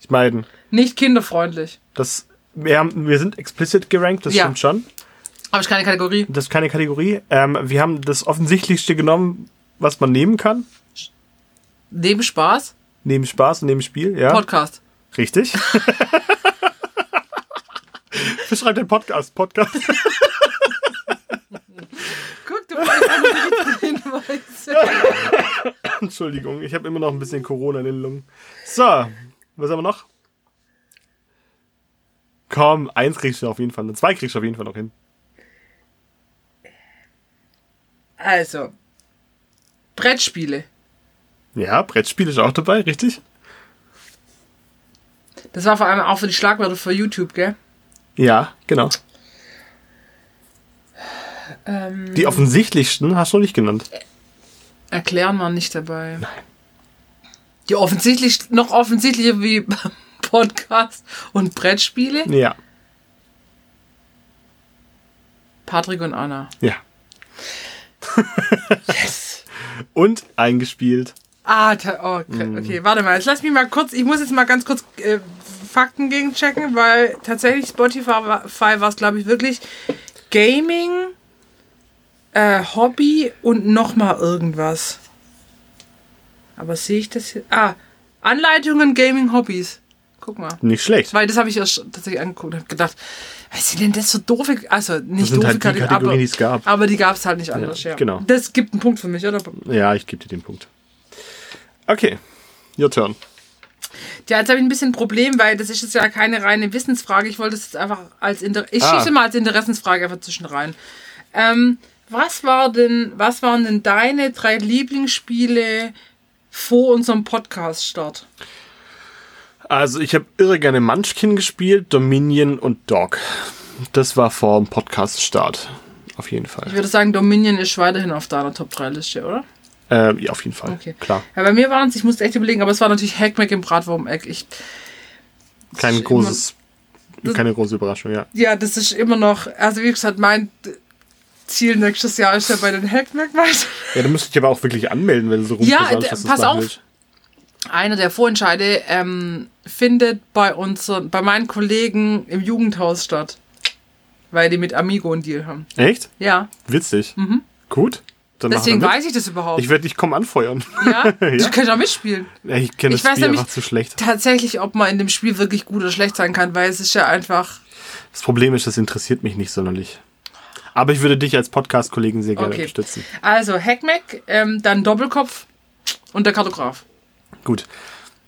S2: Ich meine,
S1: Nicht kinderfreundlich.
S2: das. Wir, haben, wir sind explizit gerankt, das
S1: Ja.
S2: stimmt schon.
S1: Aber ich keine Kategorie.
S2: Das ist keine Kategorie. Ähm, wir haben das Offensichtlichste genommen, was man nehmen kann.
S1: Neben Spaß,
S2: Neben Spaß und neben Spiel, ja.
S1: Podcast.
S2: Richtig. Beschreib den Podcast. Podcast.
S1: Guck, du weißt Hinweise.
S2: Entschuldigung, ich habe immer noch ein bisschen Corona in den Lungen. So, was haben wir noch? Komm, eins kriegst du auf jeden Fall. und Zwei kriegst du auf jeden Fall noch hin.
S1: Also. Brettspiele.
S2: Ja, Brettspiel ist auch dabei, richtig?
S1: Das war vor allem auch für die Schlagwörter für YouTube, gell?
S2: Ja, genau.
S1: Ähm,
S2: Die offensichtlichsten hast du nicht genannt.
S1: Erklären waren nicht dabei. Nein. Die offensichtlich, noch offensichtlicher wie Podcast und Brettspiele.
S2: Ja,
S1: Patrick und Anna.
S2: ja. Und eingespielt.
S1: Ah, ta- oh, okay,
S2: Mhm.
S1: okay, warte mal. Jetzt lass mich mal kurz, ich muss jetzt mal ganz kurz äh, Fakten gegenchecken, weil tatsächlich Spotify war es, glaube ich, wirklich Gaming, äh, Hobby und nochmal irgendwas. Aber sehe ich das hier? Ah, Anleitungen, Gaming, Hobbys. Guck mal.
S2: Nicht schlecht.
S1: Weil das habe ich erst tatsächlich angeguckt und habe gedacht, was sind denn das für doofe, also
S2: Das
S1: nicht
S2: sind
S1: doofe
S2: halt die
S1: Kategorien,
S2: Kategorien, die
S1: aber,
S2: es gab.
S1: aber die gab es halt nicht anders. Ja,
S2: genau.
S1: Das gibt einen Punkt für mich, oder?
S2: Ja, ich gebe dir den Punkt. Okay, your turn.
S1: Ja, jetzt habe ich ein bisschen ein Problem, weil das ist jetzt ja keine reine Wissensfrage. Ich wollte es jetzt einfach als Inter ich
S2: Ah.
S1: schiebe mal als Interessensfrage einfach zwischen rein. Ähm, was war denn, was waren denn deine drei Lieblingsspiele vor unserem Podcast-Start?
S2: Also, ich habe irre gerne Munchkin gespielt, Dominion und Dog. Das war vor dem Podcast-Start. Auf jeden
S1: Ich
S2: Fall.
S1: würde sagen, Dominion ist weiterhin auf deiner Top 3 Liste, oder?
S2: Ähm, ja, auf jeden Fall.
S1: Okay.
S2: Klar.
S1: Ja, bei mir waren es, ich musste echt überlegen, aber es war natürlich Hackmack im Bratwurm-Eck. Ich,
S2: Kein
S1: ist
S2: großes, keine große Überraschung, ja.
S1: ja, das ist immer noch, also wie gesagt, mein Ziel nächstes Jahr ist ja bei den Hackmack weiter.
S2: Ja, du musst dich aber auch wirklich anmelden, wenn du so
S1: Ja,
S2: rumversammst,
S1: d-
S2: dass du's
S1: pass
S2: machen
S1: auf.
S2: willst.
S1: einer der Vorentscheide ähm, findet bei unseren, bei meinen Kollegen im Jugendhaus statt, weil die mit Amigo einen Deal haben.
S2: Echt?
S1: Ja,
S2: Witzig. Gut. Dann
S1: Mhm. deswegen
S2: machen wir mit.
S1: weiß ich das überhaupt.
S2: Ich werde dich kaum anfeuern.
S1: ja, du kannst auch mitspielen.
S2: Ja, ich kenne
S1: Ich
S2: das
S1: weiß
S2: Spiel
S1: nämlich-
S2: einfach zu schlecht.
S1: Tatsächlich, ob man in dem Spiel wirklich gut oder schlecht sein kann, weil es ist ja einfach.
S2: Das Problem ist, das interessiert mich nicht sonderlich. Aber ich würde dich als Podcast-Kollegen sehr gerne
S1: Okay.
S2: unterstützen.
S1: Also Hackmack, ähm, dann Doppelkopf und der Kartograf.
S2: Gut.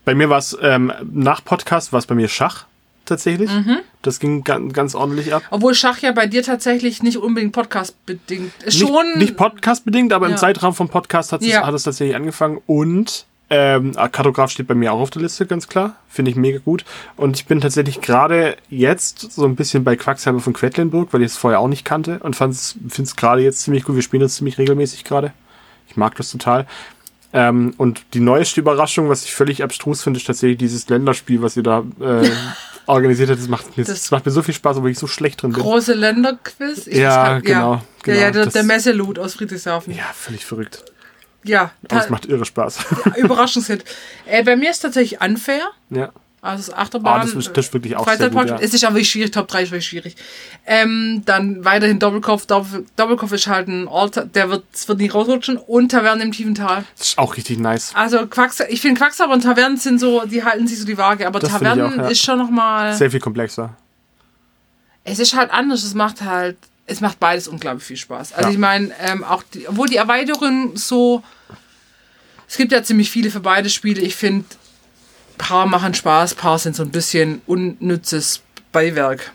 S2: Bei mir war es ähm, nach Podcast war es bei mir Schach. tatsächlich.
S1: Mhm.
S2: Das ging ganz, ganz ordentlich ab.
S1: Obwohl Schach ja bei dir tatsächlich nicht unbedingt Podcast-bedingt. Schon.
S2: Nicht, nicht podcastbedingt, aber im
S1: Ja.
S2: Zeitrahmen vom Podcast hat es,
S1: Ja.
S2: hat es tatsächlich angefangen. Und ähm, Kartograf steht bei mir auch auf der Liste, ganz klar. Finde ich mega gut. Und ich bin tatsächlich gerade jetzt so ein bisschen bei Quacksalber von Quedlinburg, weil ich es vorher auch nicht kannte und finde es gerade jetzt ziemlich gut. Wir spielen das ziemlich regelmäßig gerade. Ich mag das total. Ähm, und die neueste Überraschung, was ich völlig abstrus finde, ist tatsächlich dieses Länderspiel, was ihr da äh, organisiert habt. Das macht, mir, das,
S1: Das-
S2: macht mir so viel Spaß, obwohl ich so schlecht drin bin.
S1: Große Länderquiz. Ich-
S2: Ja,
S1: hab-
S2: genau,
S1: Ja,
S2: genau,
S1: ja, der,
S2: das-
S1: der Messeloot aus Friedrichshafen.
S2: Ja, völlig verrückt.
S1: Ja,
S2: Aber
S1: ja
S2: es macht irre Spaß.
S1: Überraschungshit. Äh, bei mir ist tatsächlich unfair.
S2: ja.
S1: Also das
S2: Ah,
S1: Achterbahn.
S2: das ist, das ist wirklich auch sehr gut,
S1: Freizeitpark
S2: ja.
S1: ist nicht aber wirklich schwierig, Top 3 ist wirklich schwierig. Ähm, dann weiterhin Doppelkopf. Doppel, Doppelkopf ist halt ein Ort, der wird, es wird nicht rausrutschen. Und Taverne im tiefen Tal.
S2: Das ist auch richtig nice.
S1: Also Quacks, ich finde Quacksalber und Tavernen sind so, die halten sich so die Waage. Aber
S2: Das find ich
S1: Tavernen
S2: auch, ja.
S1: ist schon nochmal.
S2: Sehr viel komplexer.
S1: Es ist halt anders. Es macht halt, es macht beides unglaublich viel Spaß. Also
S2: Ja.
S1: ich meine, ähm, auch die, obwohl die Erweiterungen so, es gibt ja ziemlich viele für beide Spiele. Ich finde, Paar machen Spaß, Paar sind so ein bisschen unnützes Beiwerk.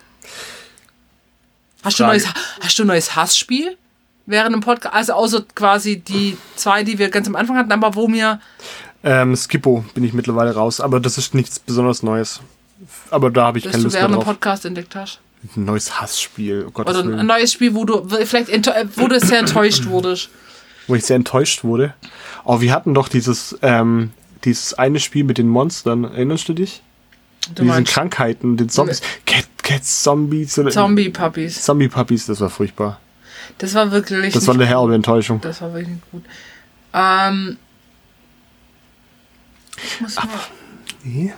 S1: Hast du,
S2: Frage.
S1: neues, hast du ein neues Hassspiel während dem Podcast? Also außer quasi die zwei, die wir ganz am Anfang hatten, aber wo mir
S2: Ähm, Skippo bin ich mittlerweile raus, aber das ist nichts besonders Neues. Aber da habe ich
S1: das
S2: keine
S1: du
S2: Lust mehr
S1: während dem
S2: drauf.
S1: Podcast entdeckt hast.
S2: Ein neues Hassspiel, oh Gottes
S1: Oder ein
S2: Willen.
S1: neues Spiel, wo du vielleicht enttäu- äh, wo du sehr enttäuscht wurdest.
S2: Wo ich sehr enttäuscht wurde. Oh, wir hatten doch dieses, ähm, dieses eine Spiel mit den Monstern, erinnerst du dich?
S1: Du
S2: Diesen
S1: meinst
S2: Krankheiten, den Zombies. Cat, Cats, Zombies. oder-
S1: Zombie-Puppies.
S2: Zombie-Puppies, das war furchtbar.
S1: Das war wirklich
S2: Das war
S1: nicht,
S2: eine herbe Enttäuschung.
S1: das war wirklich nicht gut. Ähm, ich muss mal,
S2: Nee.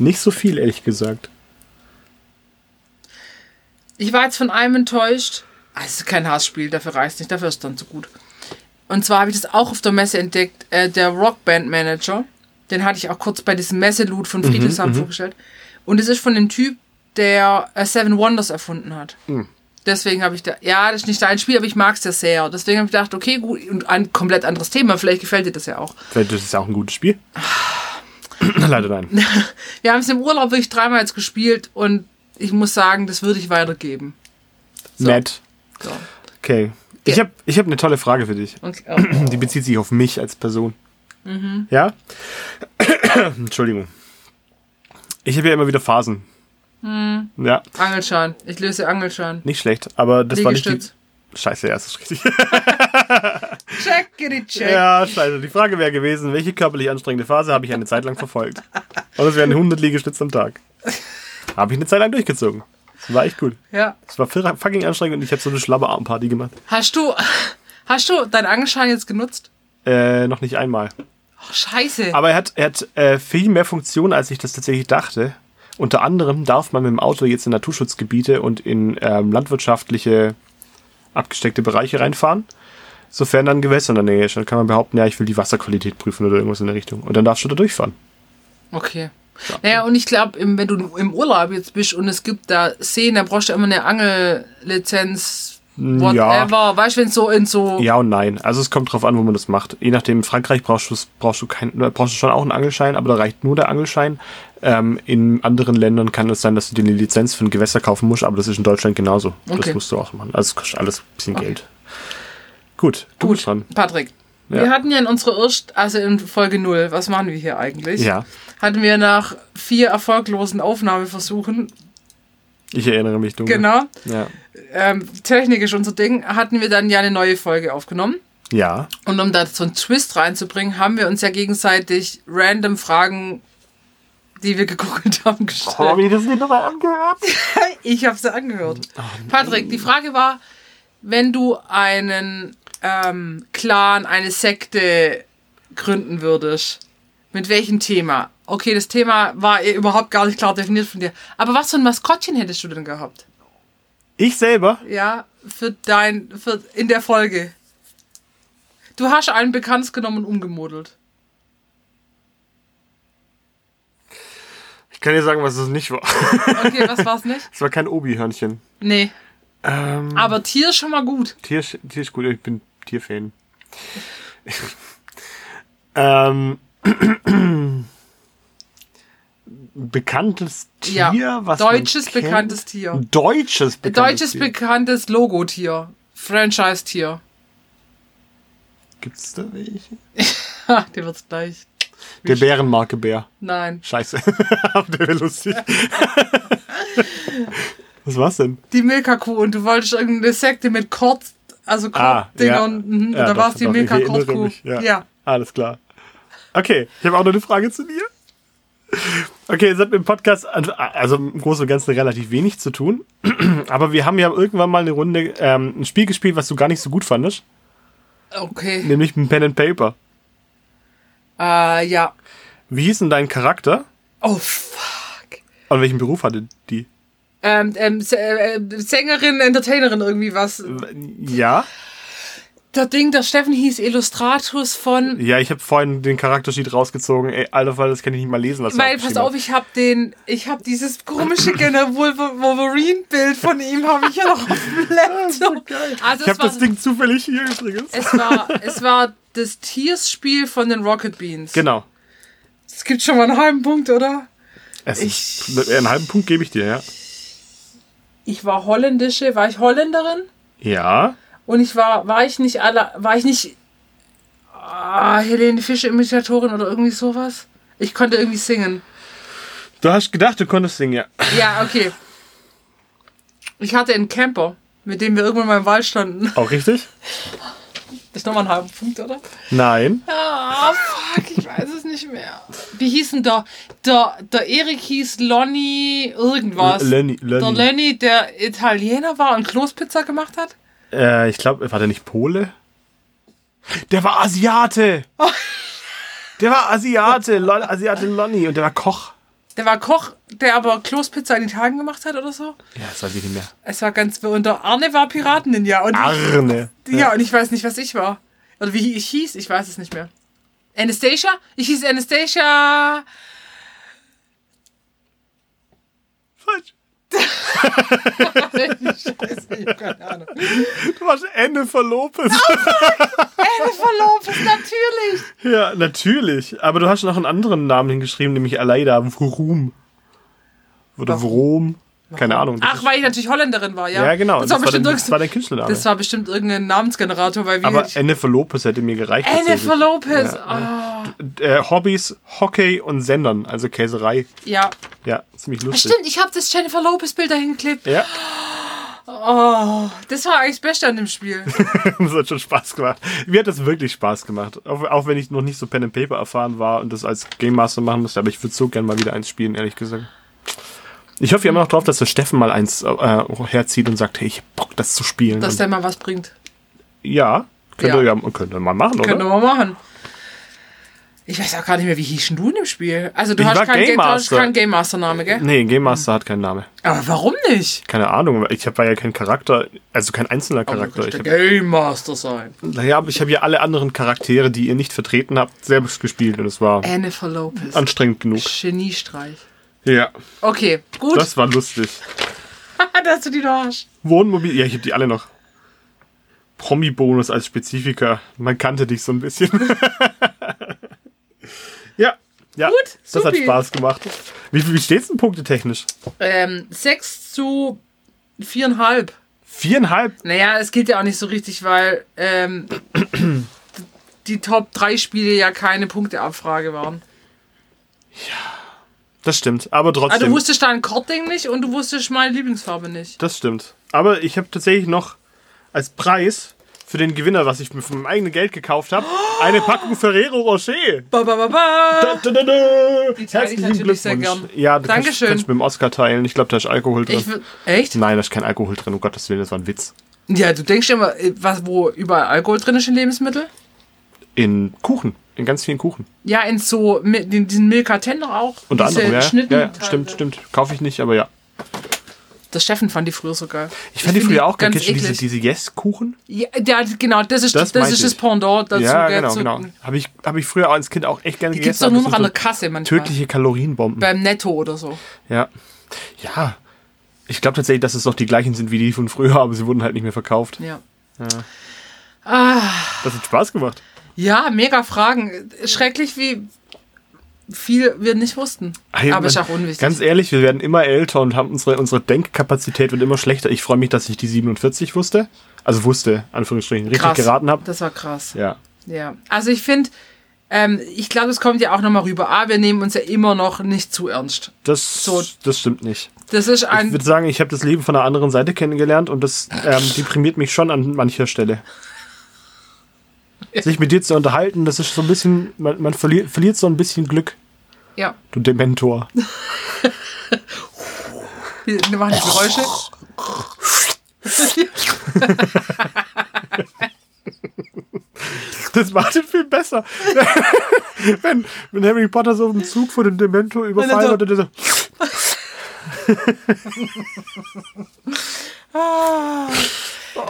S2: Nicht so viel, ehrlich gesagt.
S1: ich war jetzt von einem enttäuscht. Ah, Es ist kein Hassspiel, dafür reicht nicht, dafür ist es dann zu gut. Und zwar habe ich das auch auf der Messe entdeckt, äh, der Rockband Manager. Den hatte ich auch kurz bei diesem Messe-Loot
S2: Mhm,
S1: von Friedrichshafen vorgestellt. Und es ist von dem Typ, der äh, Seven Wonders erfunden hat.
S2: Hm.
S1: Deswegen habe ich da, ja, das ist nicht dein Spiel, aber ich mag es ja sehr. Deswegen habe ich gedacht, okay, gut, und ein komplett anderes Thema, vielleicht gefällt dir das ja auch.
S2: Vielleicht ist es auch ein gutes Spiel. Leider nein.
S1: Wir haben es im Urlaub wirklich dreimal jetzt gespielt und ich muss sagen, das würde ich weitergeben.
S2: Matt.
S1: So.
S2: Okay. Ich habe ich hab eine tolle Frage für dich.
S1: Und, oh,
S2: Die bezieht sich auf mich als Person. Ja? Entschuldigung. Ich habe ja immer wieder Phasen. Ja,
S1: Angelschein. Ich löse Angelschein.
S2: nicht schlecht, aber das war nicht die...
S1: Liegestütz.
S2: Scheiße, ja, das ist richtig.
S1: Check, get it, check.
S2: Ja, scheiße. Die Frage wäre gewesen, welche körperlich anstrengende Phase habe ich eine Zeit lang verfolgt? Und es wären 100 Liegestütze am Tag. Habe ich eine Zeit lang durchgezogen. Das war echt gut.
S1: Ja.
S2: Es war fucking anstrengend und ich habe so eine schlappe Armparty gemacht.
S1: Hast du, hast du deinen Angelschein jetzt genutzt?
S2: Äh, noch nicht einmal.
S1: Ach, scheiße.
S2: Aber er hat, er hat äh, viel mehr Funktionen, als ich das tatsächlich dachte. Unter anderem darf man mit dem Auto jetzt in Naturschutzgebiete und in ähm, landwirtschaftliche abgesteckte Bereiche reinfahren. Sofern dann Gewässer in der Nähe ist. Dann kann man behaupten, ja, ich will die Wasserqualität prüfen oder irgendwas in der Richtung. Und dann darfst du da durchfahren.
S1: Okay. Naja, und ich glaube, wenn du im Urlaub jetzt bist und es gibt da Seen, da brauchst du immer eine Angellizenz, whatever. Weißt du, wenn so in so.
S2: Mm, Ja und nein. Also es kommt drauf an, wo man das macht. Je nachdem, in Frankreich brauchst du, brauchst du, kein, brauchst du schon auch einen Angelschein, aber da reicht nur der Angelschein. Ähm, in anderen Ländern kann es sein, dass du dir eine Lizenz für ein Gewässer kaufen musst, aber das ist in Deutschland genauso.
S1: Okay.
S2: Das musst du auch machen. Also es kostet alles ein bisschen Geld. Gut, du
S1: Gut,
S2: bist dran.
S1: Patrick.
S2: Ja.
S1: Wir hatten ja in unserer erst, also in Folge 0, was machen wir hier eigentlich?
S2: Ja,
S1: Hatten wir nach vier erfolglosen Aufnahmeversuchen,
S2: ich erinnere mich dunkel.
S1: genau,
S2: Ja.
S1: ähm, Technik ist unser Ding, hatten wir dann ja eine neue Folge aufgenommen.
S2: ja,
S1: Und um da so einen Twist reinzubringen, haben wir uns ja gegenseitig random Fragen, die wir gegoogelt haben, gestellt.
S2: ich das nicht nochmal angehört?
S1: Ich habe sie angehört.
S2: Ah,
S1: Patrick, die Frage war, wenn du einen ähm, Clan, eine Sekte gründen würdest, mit welchem Thema? Okay, das Thema war eh überhaupt gar nicht klar definiert von dir. Aber was für ein Maskottchen hättest du denn gehabt?
S2: Ich selber?
S1: Ja, für dein, für in der Folge. Du hast einen Bekannts genommen und umgemodelt.
S2: Ich kann dir sagen, was es nicht war.
S1: Okay, was war's nicht?
S2: Es war kein Obi-Hörnchen.
S1: Nee.
S2: Ähm,
S1: Aber Tier ist schon mal gut.
S2: Tier, Tier ist gut, ich bin Tierfan. ähm, bekanntes
S1: Ja,
S2: Tier, was
S1: deutsches
S2: man kennt?
S1: bekanntes Tier.
S2: Ein Deutsches bekanntes
S1: Deutsches
S2: Tier.
S1: bekanntes Logotier. Franchise-Tier.
S2: Gibt's da welche?
S1: Ha, dir wird's gleich.
S2: Der Bärenmarke Bär.
S1: Nein.
S2: Scheiße. Der wäre lustig. was war's denn?
S1: Die Milka-Kuh und du wolltest irgendeine Sekte mit Kort, also
S2: Ah, ja.
S1: Kortdingern. Mhm,
S2: Ja,
S1: und da
S2: doch,
S1: war es die
S2: doch, ich erinnere
S1: Milka-Kortkuh.
S2: mich,
S1: Ja.
S2: Ja. Alles klar. Okay, ich habe auch noch eine Frage zu dir. Okay, es hat mit dem Podcast, an- also im Großen und Ganzen relativ wenig zu tun. Aber wir haben ja irgendwann mal eine Runde, ähm, ein Spiel gespielt, was du gar nicht so gut fandest.
S1: Okay.
S2: Nämlich ein Pen and Paper.
S1: Äh, ja.
S2: Wie hieß denn dein Charakter?
S1: Oh, fuck.
S2: Und welchen Beruf hatte die?
S1: Ähm, ähm, S- äh, äh, Sängerin, Entertainerin, irgendwie was.
S2: Ja.
S1: Der Ding, der Steffen hieß Illustratus von.
S2: Ja, ich habe vorhin den Charaktersheet rausgezogen. Ey, alter Fall, das kann ich nicht mal lesen. Was er
S1: Weil, pass
S2: abgeschrieben
S1: auf, ich hab den, ich hab dieses komische General Wolver- Wolverine-Bild von ihm, habe ich ja noch auf dem Laptop. Also
S2: hat. Ich
S1: es
S2: habe das
S1: war,
S2: Ding zufällig hier übrigens.
S1: es war, es war das Tierspiel von den Rocket Beans.
S2: Genau.
S1: Es gibt schon mal einen halben Punkt, oder?
S2: Es
S1: Ich-
S2: ist, einen halben Punkt gebe ich dir, ja.
S1: Ich war holländische, war ich Holländerin?
S2: Ja.
S1: Und ich war, war ich nicht alle, war ich nicht ah, Helene Fischer Imitatorin oder irgendwie sowas? Ich konnte irgendwie singen.
S2: Du hast gedacht, du konntest singen, ja.
S1: Ja, okay. Ich hatte einen Camper, mit dem wir irgendwann mal im Wald standen.
S2: Auch richtig?
S1: Das ist nochmal ein halber Punkt, oder?
S2: Nein.
S1: Ah, fuck, ich weiß es nicht mehr. Wie hieß denn der? Der, der Erik hieß Lonny irgendwas.
S2: L- Lenny-
S1: Der
S2: Lenny.
S1: Lenny, der Italiener war und Kloßpizza gemacht hat?
S2: Äh, ich glaube, war der nicht Pole? Der war Asiate. Der war Asiate. Lon, Asiate Lonny. Und der war Koch.
S1: Der war Koch, der aber Kloßpizza in Italien gemacht hat oder so?
S2: Ja, das weiß ich nicht mehr.
S1: Es war ganz und der Arne war Piratenninja und
S2: Arne.
S1: ich, Ah, ja und ich weiß nicht, was ich war oder wie ich hieß, ich weiß es nicht mehr. Anastasia? Ich hieß Anastasia.
S2: Falsch.
S1: Scheiße, ich hab keine Ahnung.
S2: Du warst Ende Lopez.
S1: Jennifer Lopez natürlich.
S2: Ja, natürlich. Aber du hast noch einen anderen Namen hingeschrieben, nämlich Aleida Vroom. Oder Vrom. Keine Ahnung. das
S1: Ach,
S2: ist-
S1: weil ich natürlich Holländerin war, ja.
S2: ja, genau.
S1: Das war, bestimmt
S2: dein,
S1: irgendein-
S2: das war dein Künstlername.
S1: das war bestimmt irgendein Namensgenerator, weil wir
S2: Aber Jennifer Lopez hätte mir gereicht.
S1: Jennifer
S2: tatsächlich.
S1: Lopez. Ah, Ja,
S2: Äh, Hobbys, Hockey und Sendern, also Käserei.
S1: ja.
S2: Ja, ziemlich lustig.
S1: stimmt. Ich habe das Jennifer Lopez Bild dahin geklebt.
S2: Ja,
S1: Oh, das war eigentlich das Beste an dem Spiel.
S2: das hat schon Spaß gemacht. Mir hat das wirklich Spaß gemacht. Auch, auch wenn ich noch nicht so Pen and Paper erfahren war und das als Game Master machen musste, aber ich würde so gern mal wieder eins spielen, ehrlich gesagt. Ich hoffe ja immer noch drauf, dass der Steffen mal eins äh, herzieht und sagt, hey, ich hab Bock, das zu spielen.
S1: Dass
S2: und,
S1: der mal was bringt.
S2: ja, könnte
S1: Ja.
S2: ja. könnte man machen,
S1: Können
S2: oder?
S1: wir mal machen. Ich weiß auch gar nicht mehr, wie hießen du in dem Spiel? Also du
S2: Ich
S1: hast
S2: war
S1: keinen
S2: Game
S1: Game, du hast
S2: Master.
S1: keinen Game Master Name, gell?
S2: Nee, Game Master hat keinen Namen.
S1: Aber warum nicht?
S2: Keine Ahnung, weil ich hab- war ja kein Charakter, also kein einzelner Charakter.
S1: Ich
S2: Ich
S1: Oh, der
S2: hab,
S1: Game Master sein.
S2: naja, aber ich habe ja alle anderen Charaktere, die ihr nicht vertreten habt, selbst gespielt und es war
S1: Jennifer Lopez.
S2: anstrengend genug.
S1: Geniestreich.
S2: Ja,
S1: Okay, gut.
S2: das war lustig.
S1: dass du die noch hast.
S2: Wohnmobil, ja, ich hab die alle noch. Promi-Bonus als Spezifiker. Man kannte dich so ein bisschen. ja, ja.
S1: Gut,
S2: das hat
S1: supi.
S2: Spaß gemacht. Wie, wie steht's denn punktetechnisch?
S1: Ähm, 6 zu viereinhalb.
S2: Viereinhalb?
S1: Naja, es gilt ja auch nicht so richtig, weil ähm, die Top 3 Spiele ja keine Punkteabfrage waren.
S2: Das stimmt, aber
S1: Also
S2: trotzdem.
S1: du wusstest dein Kortding nicht und du wusstest meine Lieblingsfarbe nicht.
S2: das stimmt. Aber ich habe tatsächlich noch als Preis für den Gewinner, was ich mir von meinem eigenen Geld gekauft habe, eine Packung Ferrero Rocher.
S1: Ba, ba, ba,
S2: Da,
S1: ba.
S2: da, da, da.
S1: Die teile ich natürlich sehr gern.
S2: Ja, du kannst,
S1: Dankeschön.
S2: kannst mit dem Oscar teilen. Ich glaube, da ist Alkohol drin.
S1: Ich will, echt?
S2: Nein, da ist kein Alkohol drin. Um Gottes Willen, das war ein Witz.
S1: Ja, du denkst immer, äh, was, wo überall Alkohol drin ist in Lebensmitteln?
S2: In Kuchen, in ganz vielen Kuchen.
S1: Ja, in so, mi- in diesen Milka Tender auch.
S2: Unter
S1: Diese
S2: anderem, ja.
S1: Schnitten-
S2: ja, ja stimmt, stimmt. Kaufe ich nicht, aber ja.
S1: Der Steffen fand die früher so geil.
S2: Ich fand die
S1: find
S2: früher auch geil.
S1: ganz
S2: Kennst du diese,
S1: eklig.
S2: diese Yes-Kuchen?
S1: Ja, ja, genau, das ist das,
S2: Das meinte
S1: ist das
S2: ich.
S1: Pendant dazu.
S2: Ja,
S1: gell,
S2: genau,
S1: zu,
S2: genau. Habe ich, hab ich früher als Kind auch echt gerne
S1: Die gibt's
S2: gegessen.
S1: doch nur
S2: aber
S1: noch
S2: das
S1: an der
S2: sind so
S1: Kasse manchmal.
S2: Tödliche Kalorienbomben.
S1: Beim Netto oder so.
S2: Ja. Ja. Ich glaube tatsächlich, dass es doch die gleichen sind wie die von früher, aber sie wurden halt nicht mehr verkauft.
S1: Ja.
S2: Das hat Spaß gemacht.
S1: ja, mega Fragen. Schrecklich, wie viel wir nicht wussten.
S2: Hey,
S1: Aber ist
S2: man-
S1: auch unwichtig.
S2: Ganz ehrlich, wir werden immer älter und haben unsere, unsere Denkkapazität wird immer schlechter. Ich freue mich, dass ich die 47 wusste. Also wusste, Anführungsstrichen, richtig
S1: krass.
S2: geraten habe.
S1: Das war krass.
S2: Ja.
S1: Ja, also ich finde, ähm, ich glaube, es kommt ja auch nochmal rüber. A, wir nehmen uns ja immer noch nicht zu ernst.
S2: Das,
S1: So.
S2: das stimmt nicht.
S1: Das ist
S2: Ich
S1: ein.
S2: würde sagen, ich habe das Leben von einer anderen Seite kennengelernt und das ähm, deprimiert mich schon an mancher Stelle. Sich mit dir zu unterhalten, das ist so ein bisschen, man, man verliert, verliert so ein bisschen Glück,
S1: Ja,
S2: du Dementor.
S1: wir wir machen die Geräusche.
S2: Das macht ihn viel besser. wenn, wenn Harry Potter so im Zug von dem Dementor überfallen wird und der so,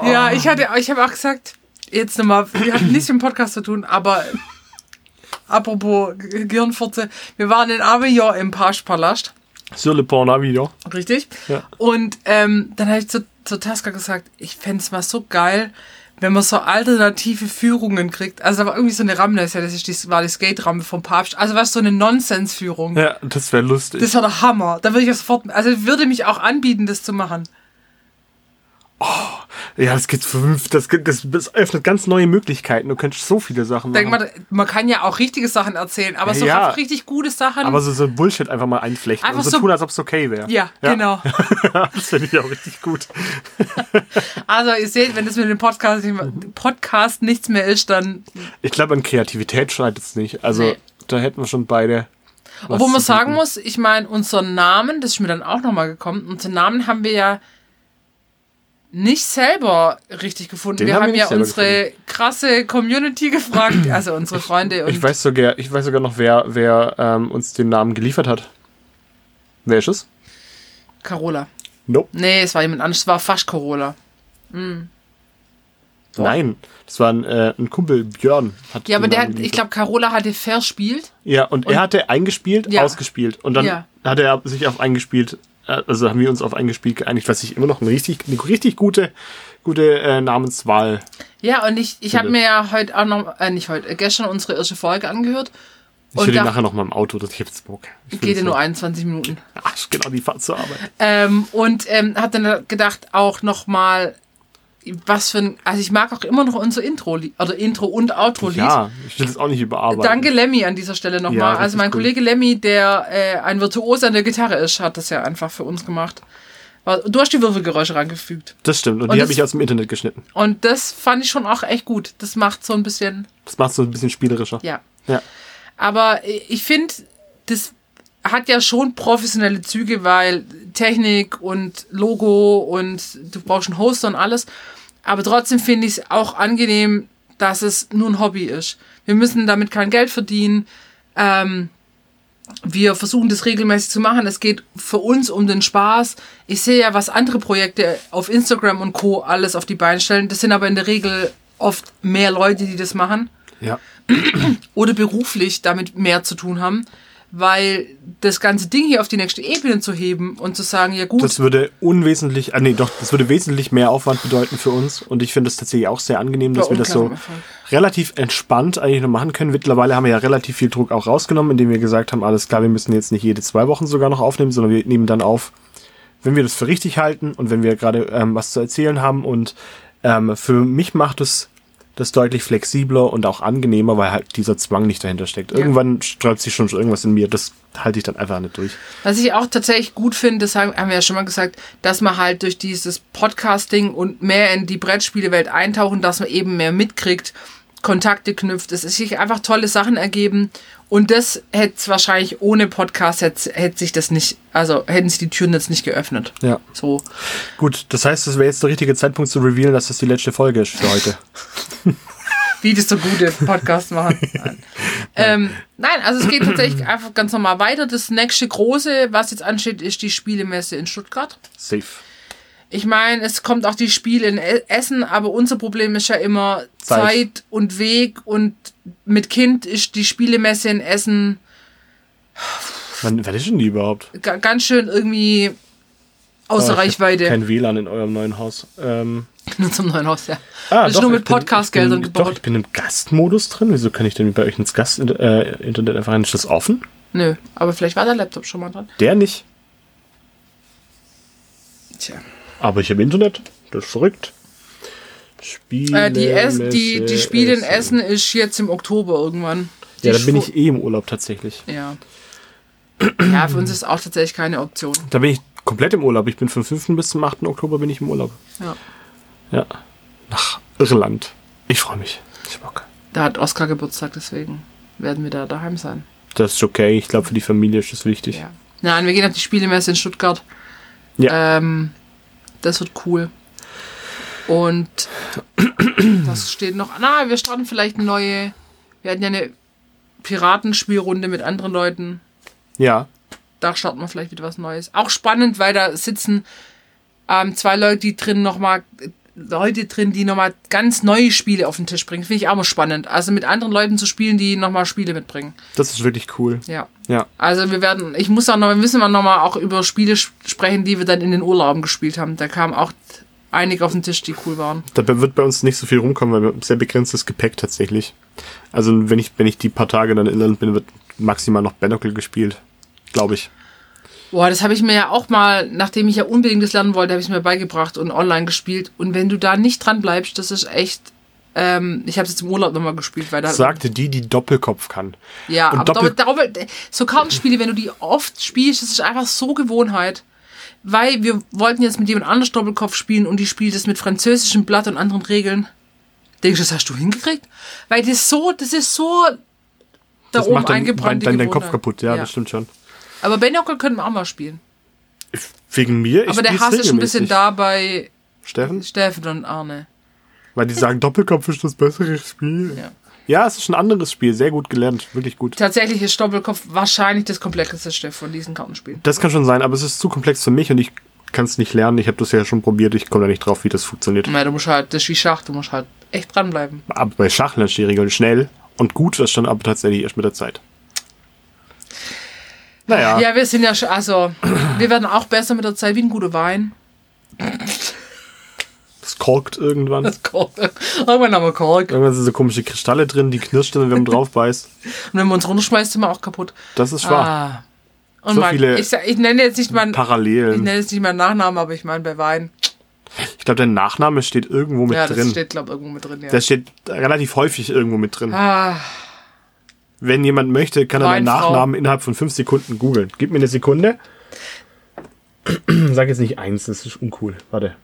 S1: Ja, ich hatte, ich habe auch gesagt, jetzt nochmal, wir hatten nichts mit dem Podcast zu tun, aber äh, apropos Ge- Gehirnfurze, wir waren in Avignon im Paschpalast,
S2: sur le pont Navidad.
S1: richtig?
S2: Ja.
S1: Und ähm, dann habe ich zu, zu Tasker gesagt, ich fänd's mal so geil, wenn man so alternative Führungen kriegt. Also da war irgendwie so eine Ramme, das ist ja- das ist die, war die Skate-Rampe vom Papst. Also war so eine Nonsens-Führung.
S2: Ja, das wäre lustig.
S1: Das war der Hammer. Da würde ich auch sofort, also würde mich auch anbieten, das zu machen.
S2: ja, das gibt fünf, das, gibt, das, das öffnet ganz neue Möglichkeiten. Du könntest so viele Sachen
S1: Denk
S2: machen.
S1: mal, man kann ja auch richtige Sachen erzählen, aber so
S2: Ja.
S1: richtig gute Sachen.
S2: aber so, so Bullshit einfach mal einflechten
S1: Einfach
S2: und so,
S1: so-
S2: tun, als ob es okay wäre.
S1: ja, genau.
S2: Das finde ich auch richtig gut.
S1: Also ihr seht, wenn das mit dem Podcast, nicht mehr, Podcast nichts mehr ist, dann,
S2: Ich glaube, an Kreativität schneidet es nicht. Also,
S1: Nee.
S2: da hätten wir schon beide. was
S1: obwohl man
S2: zu
S1: sagen
S2: bieten.
S1: muss, ich meine, unseren Namen, das ist mir dann auch nochmal gekommen, unseren Namen haben wir ja nicht selber richtig gefunden.
S2: Den
S1: wir
S2: haben
S1: haben
S2: wir
S1: ja
S2: nicht selber
S1: unsere krasse Community gefragt, also unsere Freunde und
S2: Ich weiß sogar, ich weiß sogar noch, wer, wer ähm, uns den Namen geliefert hat. Wer ist es?
S1: Carola.
S2: Nope.
S1: Nee, es war jemand anderes, es war fast Carola.
S2: Nein. Das war ein, äh, ein Kumpel, Björn. Hat
S1: Ja, aber
S2: den
S1: der
S2: Namen
S1: hat, ich
S2: geliefert.
S1: glaube, Carola hatte verspielt.
S2: Ja, und, er hatte eingespielt,
S1: Ja.
S2: ausgespielt. Und dann
S1: Ja.
S2: hat er sich auf eingespielt, äh, also haben wir uns auf eingespielt geeinigt, was ich immer noch eine richtig, eine richtig gute, gute äh, Namenswahl.
S1: Ja, und ich, ich habe
S2: Philipp.
S1: mir ja heute auch noch, äh, nicht heute, äh, gestern unsere erste Folge angehört.
S2: Ich höre
S1: Und
S2: die
S1: da
S2: nachher noch mal im Auto, das gibt's Bock. Ich
S1: geht ja nur
S2: ein.
S1: 21 Minuten.
S2: Arsch, genau, die Fahrt zur Arbeit.
S1: Ähm, und ähm, hab dann gedacht, auch nochmal, was für ein. Also, ich mag auch immer noch unser Intro, oder Intro und Outro-Lied.
S2: Ja, ich will das auch nicht überarbeiten.
S1: Danke, Lemmy, an dieser Stelle
S2: Ja,
S1: nochmal.
S2: das
S1: also,
S2: ist
S1: mein
S2: cool.
S1: Kollege Lemmy, der äh, ein Virtuos an der Gitarre ist, hat das ja einfach für uns gemacht. War- Du hast die Würfelgeräusche rangefügt.
S2: Das stimmt, und,
S1: Und
S2: die
S1: das-
S2: habe ich aus dem Internet geschnitten.
S1: Und das fand ich schon auch echt gut. Das macht so ein bisschen.
S2: Das macht so ein bisschen spielerischer.
S1: Ja.
S2: Ja.
S1: Aber ich finde, das hat ja schon professionelle Züge, weil Technik und Logo und du brauchst einen Hoster und alles. Aber trotzdem finde ich es auch angenehm, dass es nur ein Hobby ist. Wir müssen damit kein Geld verdienen. Ähm, wir versuchen das regelmäßig zu machen. Es geht für uns um den Spaß. Ich sehe ja, was andere Projekte auf Instagram und Co. alles auf die Beine stellen. Das sind aber in der Regel oft mehr Leute, die das machen
S2: Ja.
S1: oder beruflich damit mehr zu tun haben, weil das ganze Ding hier auf die nächste Ebene zu heben und zu sagen, ja gut,
S2: Das würde unwesentlich, ah nee, doch, das würde wesentlich mehr Aufwand bedeuten für uns. Und ich finde es tatsächlich auch sehr angenehm, dass
S1: Ja,
S2: wir das
S1: und
S2: so
S1: klar, am
S2: relativ entspannt eigentlich noch machen können. Mittlerweile haben wir ja relativ viel Druck auch rausgenommen, indem wir gesagt haben, alles klar, wir müssen jetzt nicht jede zwei Wochen sogar noch aufnehmen, sondern wir nehmen dann auf, wenn wir das für richtig halten und wenn wir gerade ähm, was zu erzählen haben. Und ähm, für mich macht es das deutlich flexibler und auch angenehmer, weil halt dieser Zwang nicht dahinter steckt. Irgendwann sträubt sich schon irgendwas in mir, das halte ich dann einfach nicht durch.
S1: was ich auch tatsächlich gut finde, das haben, haben wir ja schon mal gesagt, dass man halt durch dieses Podcasting und mehr in die Brettspielewelt eintauchen, dass man eben mehr mitkriegt, Kontakte knüpft, es ist sich einfach tolle Sachen ergeben und das hätte es wahrscheinlich ohne Podcast hätte hätte sich das nicht, also hätten sich die Türen jetzt nicht geöffnet.
S2: Ja.
S1: So.
S2: Gut, das heißt, es wäre jetzt der richtige Zeitpunkt zu revealen, dass das die letzte Folge ist für heute.
S1: wie das so gute Podcasts machen. Nein. ähm, nein, also es geht tatsächlich einfach ganz normal weiter. Das nächste große, was jetzt ansteht, ist die Spielemesse in Stuttgart.
S2: Safe.
S1: Ich meine, es kommt auch die Spiele in E- Essen, aber unser Problem ist ja immer Zeit,
S2: Zeit.
S1: und Weg und mit Kind ist die Spielemesse in Essen
S2: Wann, wann ist denn die überhaupt?
S1: ga- ganz schön irgendwie außer
S2: Ah, ich hab
S1: Reichweite
S2: Kein WLAN in eurem neuen Haus. Ähm,
S1: in unserem neuen Haus, ja.
S2: ah,
S1: das ist nur
S2: ich
S1: mit
S2: bin-
S1: Podcast-Geldern
S2: ich bin- Doch,
S1: gebaut.
S2: ich bin im Gastmodus drin. Wieso kann ich denn bei euch ins Gast-Internet äh, einfach nicht das offen?
S1: Nö, aber vielleicht war der Laptop schon mal dran.
S2: Der nicht.
S1: Tja.
S2: Aber ich habe Internet. Das ist verrückt. Spiele.
S1: Äh, die, Ess die, die
S2: Messe,
S1: Spiele in Essen ist jetzt im Oktober irgendwann. Die
S2: Ja, da bin
S1: Schwu-
S2: ich eh im Urlaub tatsächlich.
S1: Ja. ja, für uns ist auch tatsächlich keine Option.
S2: Da bin ich komplett im Urlaub. Ich bin vom 5. bis zum 8. Oktober bin ich im Urlaub.
S1: Ja.
S2: Ja. Nach Irland. Ich freue mich. Ich hab Bock.
S1: Da hat Oskar Geburtstag, deswegen werden wir da daheim sein.
S2: Das ist okay. Ich glaube, für die Familie ist das wichtig.
S1: Ja. Nein, wir gehen auf die Spielemesse in Stuttgart.
S2: Ja.
S1: Ähm, das wird cool. Und was steht noch? Na, wir starten vielleicht eine neue. Wir hatten ja eine Piratenspielrunde mit anderen Leuten.
S2: Ja.
S1: Da starten wir vielleicht wieder was Neues. Auch spannend, weil da sitzen ähm, zwei Leute, die drin nochmal. Leute drin, die nochmal ganz neue Spiele auf den Tisch bringen. Finde ich auch mal spannend. Also mit anderen Leuten zu spielen, die nochmal Spiele mitbringen.
S2: Das ist wirklich cool.
S1: Ja.
S2: Ja.
S1: Also wir werden, ich muss auch noch, müssen wir noch mal auch über Spiele sch- sprechen, die wir dann in den Urlauben gespielt haben. Da kamen auch einige auf den Tisch, die cool waren.
S2: Dabei wird bei uns nicht so viel rumkommen, weil wir haben sehr begrenztes Gepäck tatsächlich. Also wenn ich, wenn ich die paar Tage dann in Irland bin, wird maximal noch Benocle gespielt. Glaube ich.
S1: Boah, das habe ich mir ja auch mal, nachdem ich ja unbedingt das lernen wollte, habe ich es mir beigebracht und online gespielt. Und wenn du da nicht dran bleibst, das ist echt. Ähm, ich habe es jetzt im Urlaub nochmal gespielt, weil da.
S2: Sagte die, die Doppelkopf kann.
S1: ja,
S2: und
S1: aber
S2: Doppel-
S1: darüber, darüber, so Kartenspiele, wenn du die oft spielst, das ist einfach so Gewohnheit. Weil wir wollten jetzt mit jemand anderem Doppelkopf spielen und die spielt es mit französischem Blatt und anderen Regeln. Denkst du, das hast du hingekriegt? Weil das so, das ist so da
S2: Das
S1: oben
S2: macht dann,
S1: eingebrannt.
S2: dann deinen Kopf kaputt. Ja, das stimmt schon.
S1: Aber Benocle können wir auch mal spielen.
S2: Wegen mir? Ich
S1: Aber der
S2: spiel's
S1: Hass ist ein
S2: regelmäßig.
S1: bisschen da bei
S2: Steffen?
S1: Steffen und Arne.
S2: Weil die sagen, Doppelkopf ist das bessere Spiel.
S1: Ja.
S2: Ja. es ist ein anderes Spiel. Sehr gut gelernt. Wirklich gut.
S1: Tatsächlich ist Doppelkopf wahrscheinlich das komplexeste von diesen Kartenspielen.
S2: Das kann schon sein, aber es ist zu komplex für mich und ich kann es nicht lernen. Ich habe das ja schon probiert. Ich komme da nicht drauf, wie das funktioniert.
S1: Na, du musst halt, das ist wie Schach, du musst halt echt dranbleiben.
S2: Aber bei Schach lernst du die Regeln schnell und gut. Das stand aber tatsächlich erst mit der Zeit. Naja,
S1: Ja, wir sind ja schon, also, wir werden auch besser mit der Zeit, wie ein guter Wein.
S2: es korkt irgendwann.
S1: Das Kork.
S2: Oh,
S1: Irgendwann haben wir Kork.
S2: Irgendwann sind so komische Kristalle drin, die knirscht, wenn man drauf beißt.
S1: Und wenn man uns runterschmeißt, sind wir auch kaputt.
S2: Das ist wahr.
S1: Ah. Und
S2: So
S1: man,
S2: viele
S1: ich, sag- ich nenne jetzt nicht meinen, ich ne
S2: Parallelen.
S1: nenne jetzt nicht meinen Nachnamen, aber ich meine bei Wein.
S2: Ich glaube, dein Nachname steht irgendwo mit
S1: ja, das
S2: drin.
S1: steht, glaube irgendwo mit drin, ja.
S2: Der steht relativ häufig irgendwo mit drin.
S1: ah,
S2: Wenn jemand möchte, kann er meinen
S1: Weinfrau.
S2: Nachnamen innerhalb von fünf Sekunden googeln. Gib mir eine Sekunde. Sag jetzt nicht eins, das ist uncool. Warte.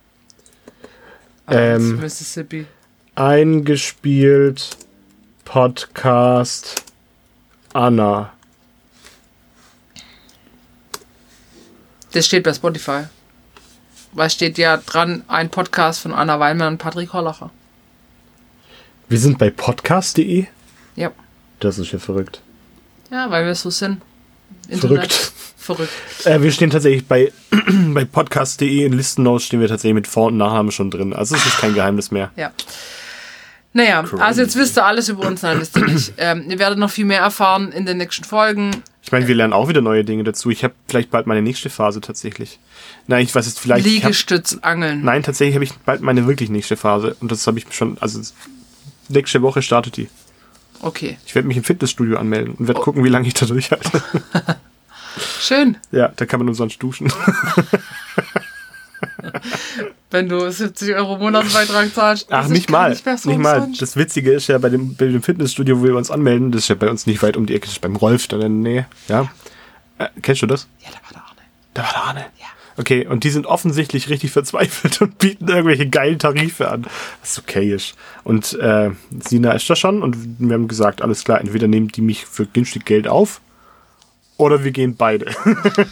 S1: das ist
S2: Ähm,
S1: Mississippi.
S2: eingespielt Podcast Anna.
S1: Das steht bei Spotify. Weil steht ja dran, ein Podcast von Anna Weinmann und Patrick Hollacher.
S2: Wir sind bei podcast.de?
S1: Ja.
S2: Das ist ja verrückt.
S1: Ja, weil wir so sind.
S2: Verrückt.
S1: Verrückt.
S2: Äh, wir stehen tatsächlich bei, bei podcast.de in Listennotes stehen wir tatsächlich mit Vor- und Nachnamen schon drin. Also es ist kein Geheimnis mehr.
S1: Ja. Naja, also jetzt wisst ihr alles über uns. Nein, wisst ihr nicht. Ähm, ihr werdet noch viel mehr erfahren in den nächsten Folgen.
S2: Ich meine, wir lernen auch wieder neue Dinge dazu. Ich habe vielleicht bald meine nächste Phase tatsächlich. Nein, ich weiß jetzt vielleicht. ich hab-
S1: Liegestütz, Angeln.
S2: Nein, tatsächlich habe ich bald meine wirklich nächste Phase. Und das habe ich schon, also das- nächste Woche startet die.
S1: Okay,
S2: Ich werde mich im Fitnessstudio anmelden
S1: Oh.
S2: und werde gucken, wie lange ich da durchhalte.
S1: schön.
S2: Ja, da kann man umsonst duschen.
S1: Wenn du 70 Euro Monatsbeitrag zahlst.
S2: Ach,
S1: das
S2: nicht
S1: kann
S2: mal.
S1: Nicht, mehr
S2: Nicht,
S1: so
S2: mal.
S1: umsonst.
S2: Das Witzige ist ja, bei dem, bei dem Fitnessstudio, wo wir uns anmelden, das ist ja bei uns nicht weit um die Ecke, das ist beim Rolf da in der Nähe. Ja. Äh, kennst du das?
S1: Ja, da war der Arne.
S2: Da war der Arne.
S1: Ja.
S2: Okay, und die sind offensichtlich richtig verzweifelt und bieten irgendwelche geilen Tarife an. Was okay ist. Und äh, Sina ist da schon und wir haben gesagt, alles klar, entweder nehmen die mich für günstig Geld auf oder wir gehen beide.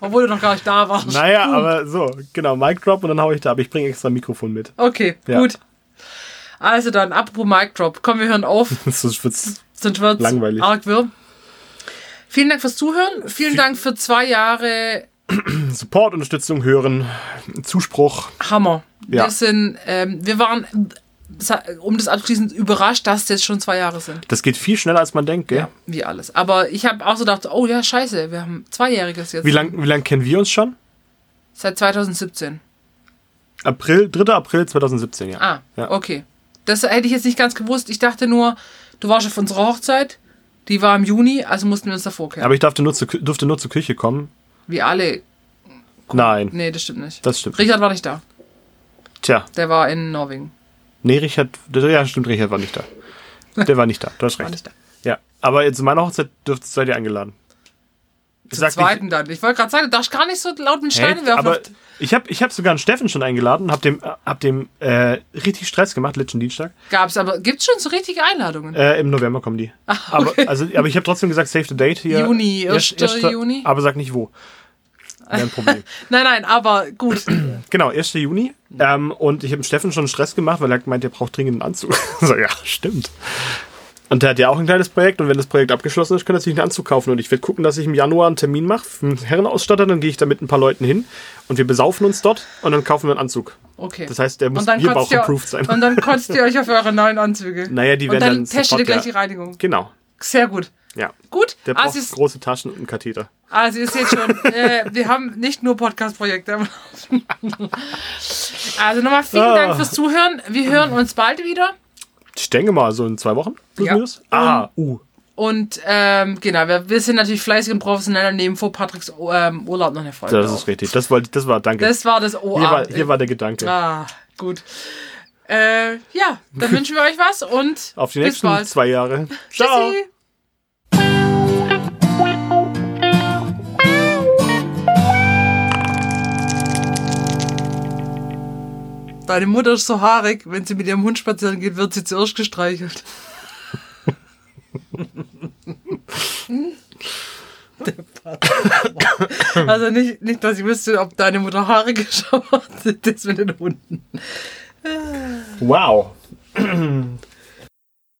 S1: Obwohl du noch gar nicht da warst.
S2: naja, aber so, genau, Mic Drop und dann hau ich da ab. Ich bringe extra ein Mikrofon mit.
S1: Okay,
S2: Ja.
S1: gut. Also dann, apropos Mic Drop. Komm, wir hören auf.
S2: Das wird's.
S1: Sonst wird's
S2: Langweilig.
S1: arg wirr. Vielen Dank fürs Zuhören. Vielen Dank für zwei Jahre
S2: Support, Unterstützung hören, Zuspruch.
S1: Hammer.
S2: Ja.
S1: Wir, sind, ähm, wir waren, um das abschließend, überrascht, dass es jetzt schon zwei Jahre sind.
S2: Das geht viel schneller, als man denkt, gell?
S1: Wie alles. Aber ich habe auch so gedacht, oh ja, scheiße, wir haben Zweijähriges jetzt.
S2: Wie lang, wie lang kennen wir uns schon?
S1: Seit 2017.
S2: April, 3. April 2017, ja.
S1: Ah,
S2: Ja.
S1: okay. Das hätte ich jetzt nicht ganz gewusst. Ich dachte nur, du warst auf unserer Hochzeit Die war im Juni, also mussten wir uns davor kehren.
S2: Aber ich durfte nur, zu, durfte nur zur Küche kommen.
S1: Wie alle.
S2: Nein,
S1: Nee, das stimmt nicht.
S2: das stimmt.
S1: Richard war nicht da.
S2: Tja,
S1: Der war in Norwegen.
S2: nee, Richard, ja, stimmt, Richard war nicht da. Der war nicht da, du hast
S1: War
S2: recht.
S1: nicht da.
S2: Ja, aber jetzt zu meiner Hochzeit dürft, seid ihr eingeladen. Ich
S1: Zum
S2: sag
S1: zweiten dann. Ich wollte gerade sagen, du darfst gar nicht so laut mit
S2: Hä?
S1: Steinen werfen.
S2: Aber ich habe ich hab sogar einen Steffen schon eingeladen und hab dem, hab dem äh, richtig Stress gemacht, letzten Dienstag.
S1: Gab's aber. Gibt's schon so richtige Einladungen?
S2: Äh, Im November kommen die. aber, also, aber ich habe trotzdem gesagt, save the date hier.
S1: Ah, Juni,
S2: Erst-
S1: 1.
S2: erster-
S1: Juni?
S2: Aber sag nicht wo. Wäre ein Problem.
S1: Nein, nein, aber gut.
S2: genau, 1. Juni.
S1: Mhm.
S2: Ähm, und ich habe Steffen schon Stress gemacht, weil er meint, er braucht dringend einen Anzug. so, ja, stimmt. Und der hat ja auch ein kleines Projekt und wenn das Projekt abgeschlossen ist, kann er sich einen Anzug kaufen. Und ich werde gucken, dass ich im Januar einen Termin mache für einen Herrenausstatter, dann gehe ich da mit ein paar Leuten hin und wir besaufen uns dort und dann kaufen wir einen Anzug.
S1: Okay.
S2: Das heißt, der muss
S1: Und dann kotzt ihr-
S2: Bierbauch-approved sein.
S1: Und dann kotzt ihr euch auf eure neuen Anzüge.
S2: Naja, die
S1: und
S2: werden
S1: dann,
S2: dann
S1: testet ihr
S2: sofort,
S1: gleich die
S2: ja.
S1: Reinigung.
S2: Genau.
S1: Sehr gut.
S2: Ja.
S1: Gut.
S2: Der braucht
S1: Also ist,
S2: große Taschen und einen Katheter.
S1: also ist jetzt schon, äh, wir haben nicht nur Podcast-Projekte. am Laufen. also nochmal vielen
S2: Ah.
S1: Dank fürs Zuhören. Wir hören uns bald wieder.
S2: Ich denke mal, so in zwei Wochen. plus
S1: Ja.
S2: minus. Ah, uh.
S1: Und ähm, genau, wir, wir sind natürlich fleißig und professionell und nehmen vor Patricks ähm, Urlaub noch eine Folge.
S2: Das
S1: auf.
S2: ist richtig. Das, wollte, das war, danke.
S1: das war das OA.
S2: hier, war, hier war der Gedanke.
S1: ah, gut. Äh, ja, dann wünschen wir euch was und
S2: Auf die
S1: bis
S2: nächsten
S1: bald.
S2: zwei Jahre. Ciao.
S1: Tschüssi. Deine Mutter ist so haarig, wenn sie mit ihrem Hund spazieren geht, wird sie zuerst gestreichelt. also nicht, nicht, dass ich wüsste, ob deine Mutter haarig ist, aber das mit den Hunden.
S2: Wow.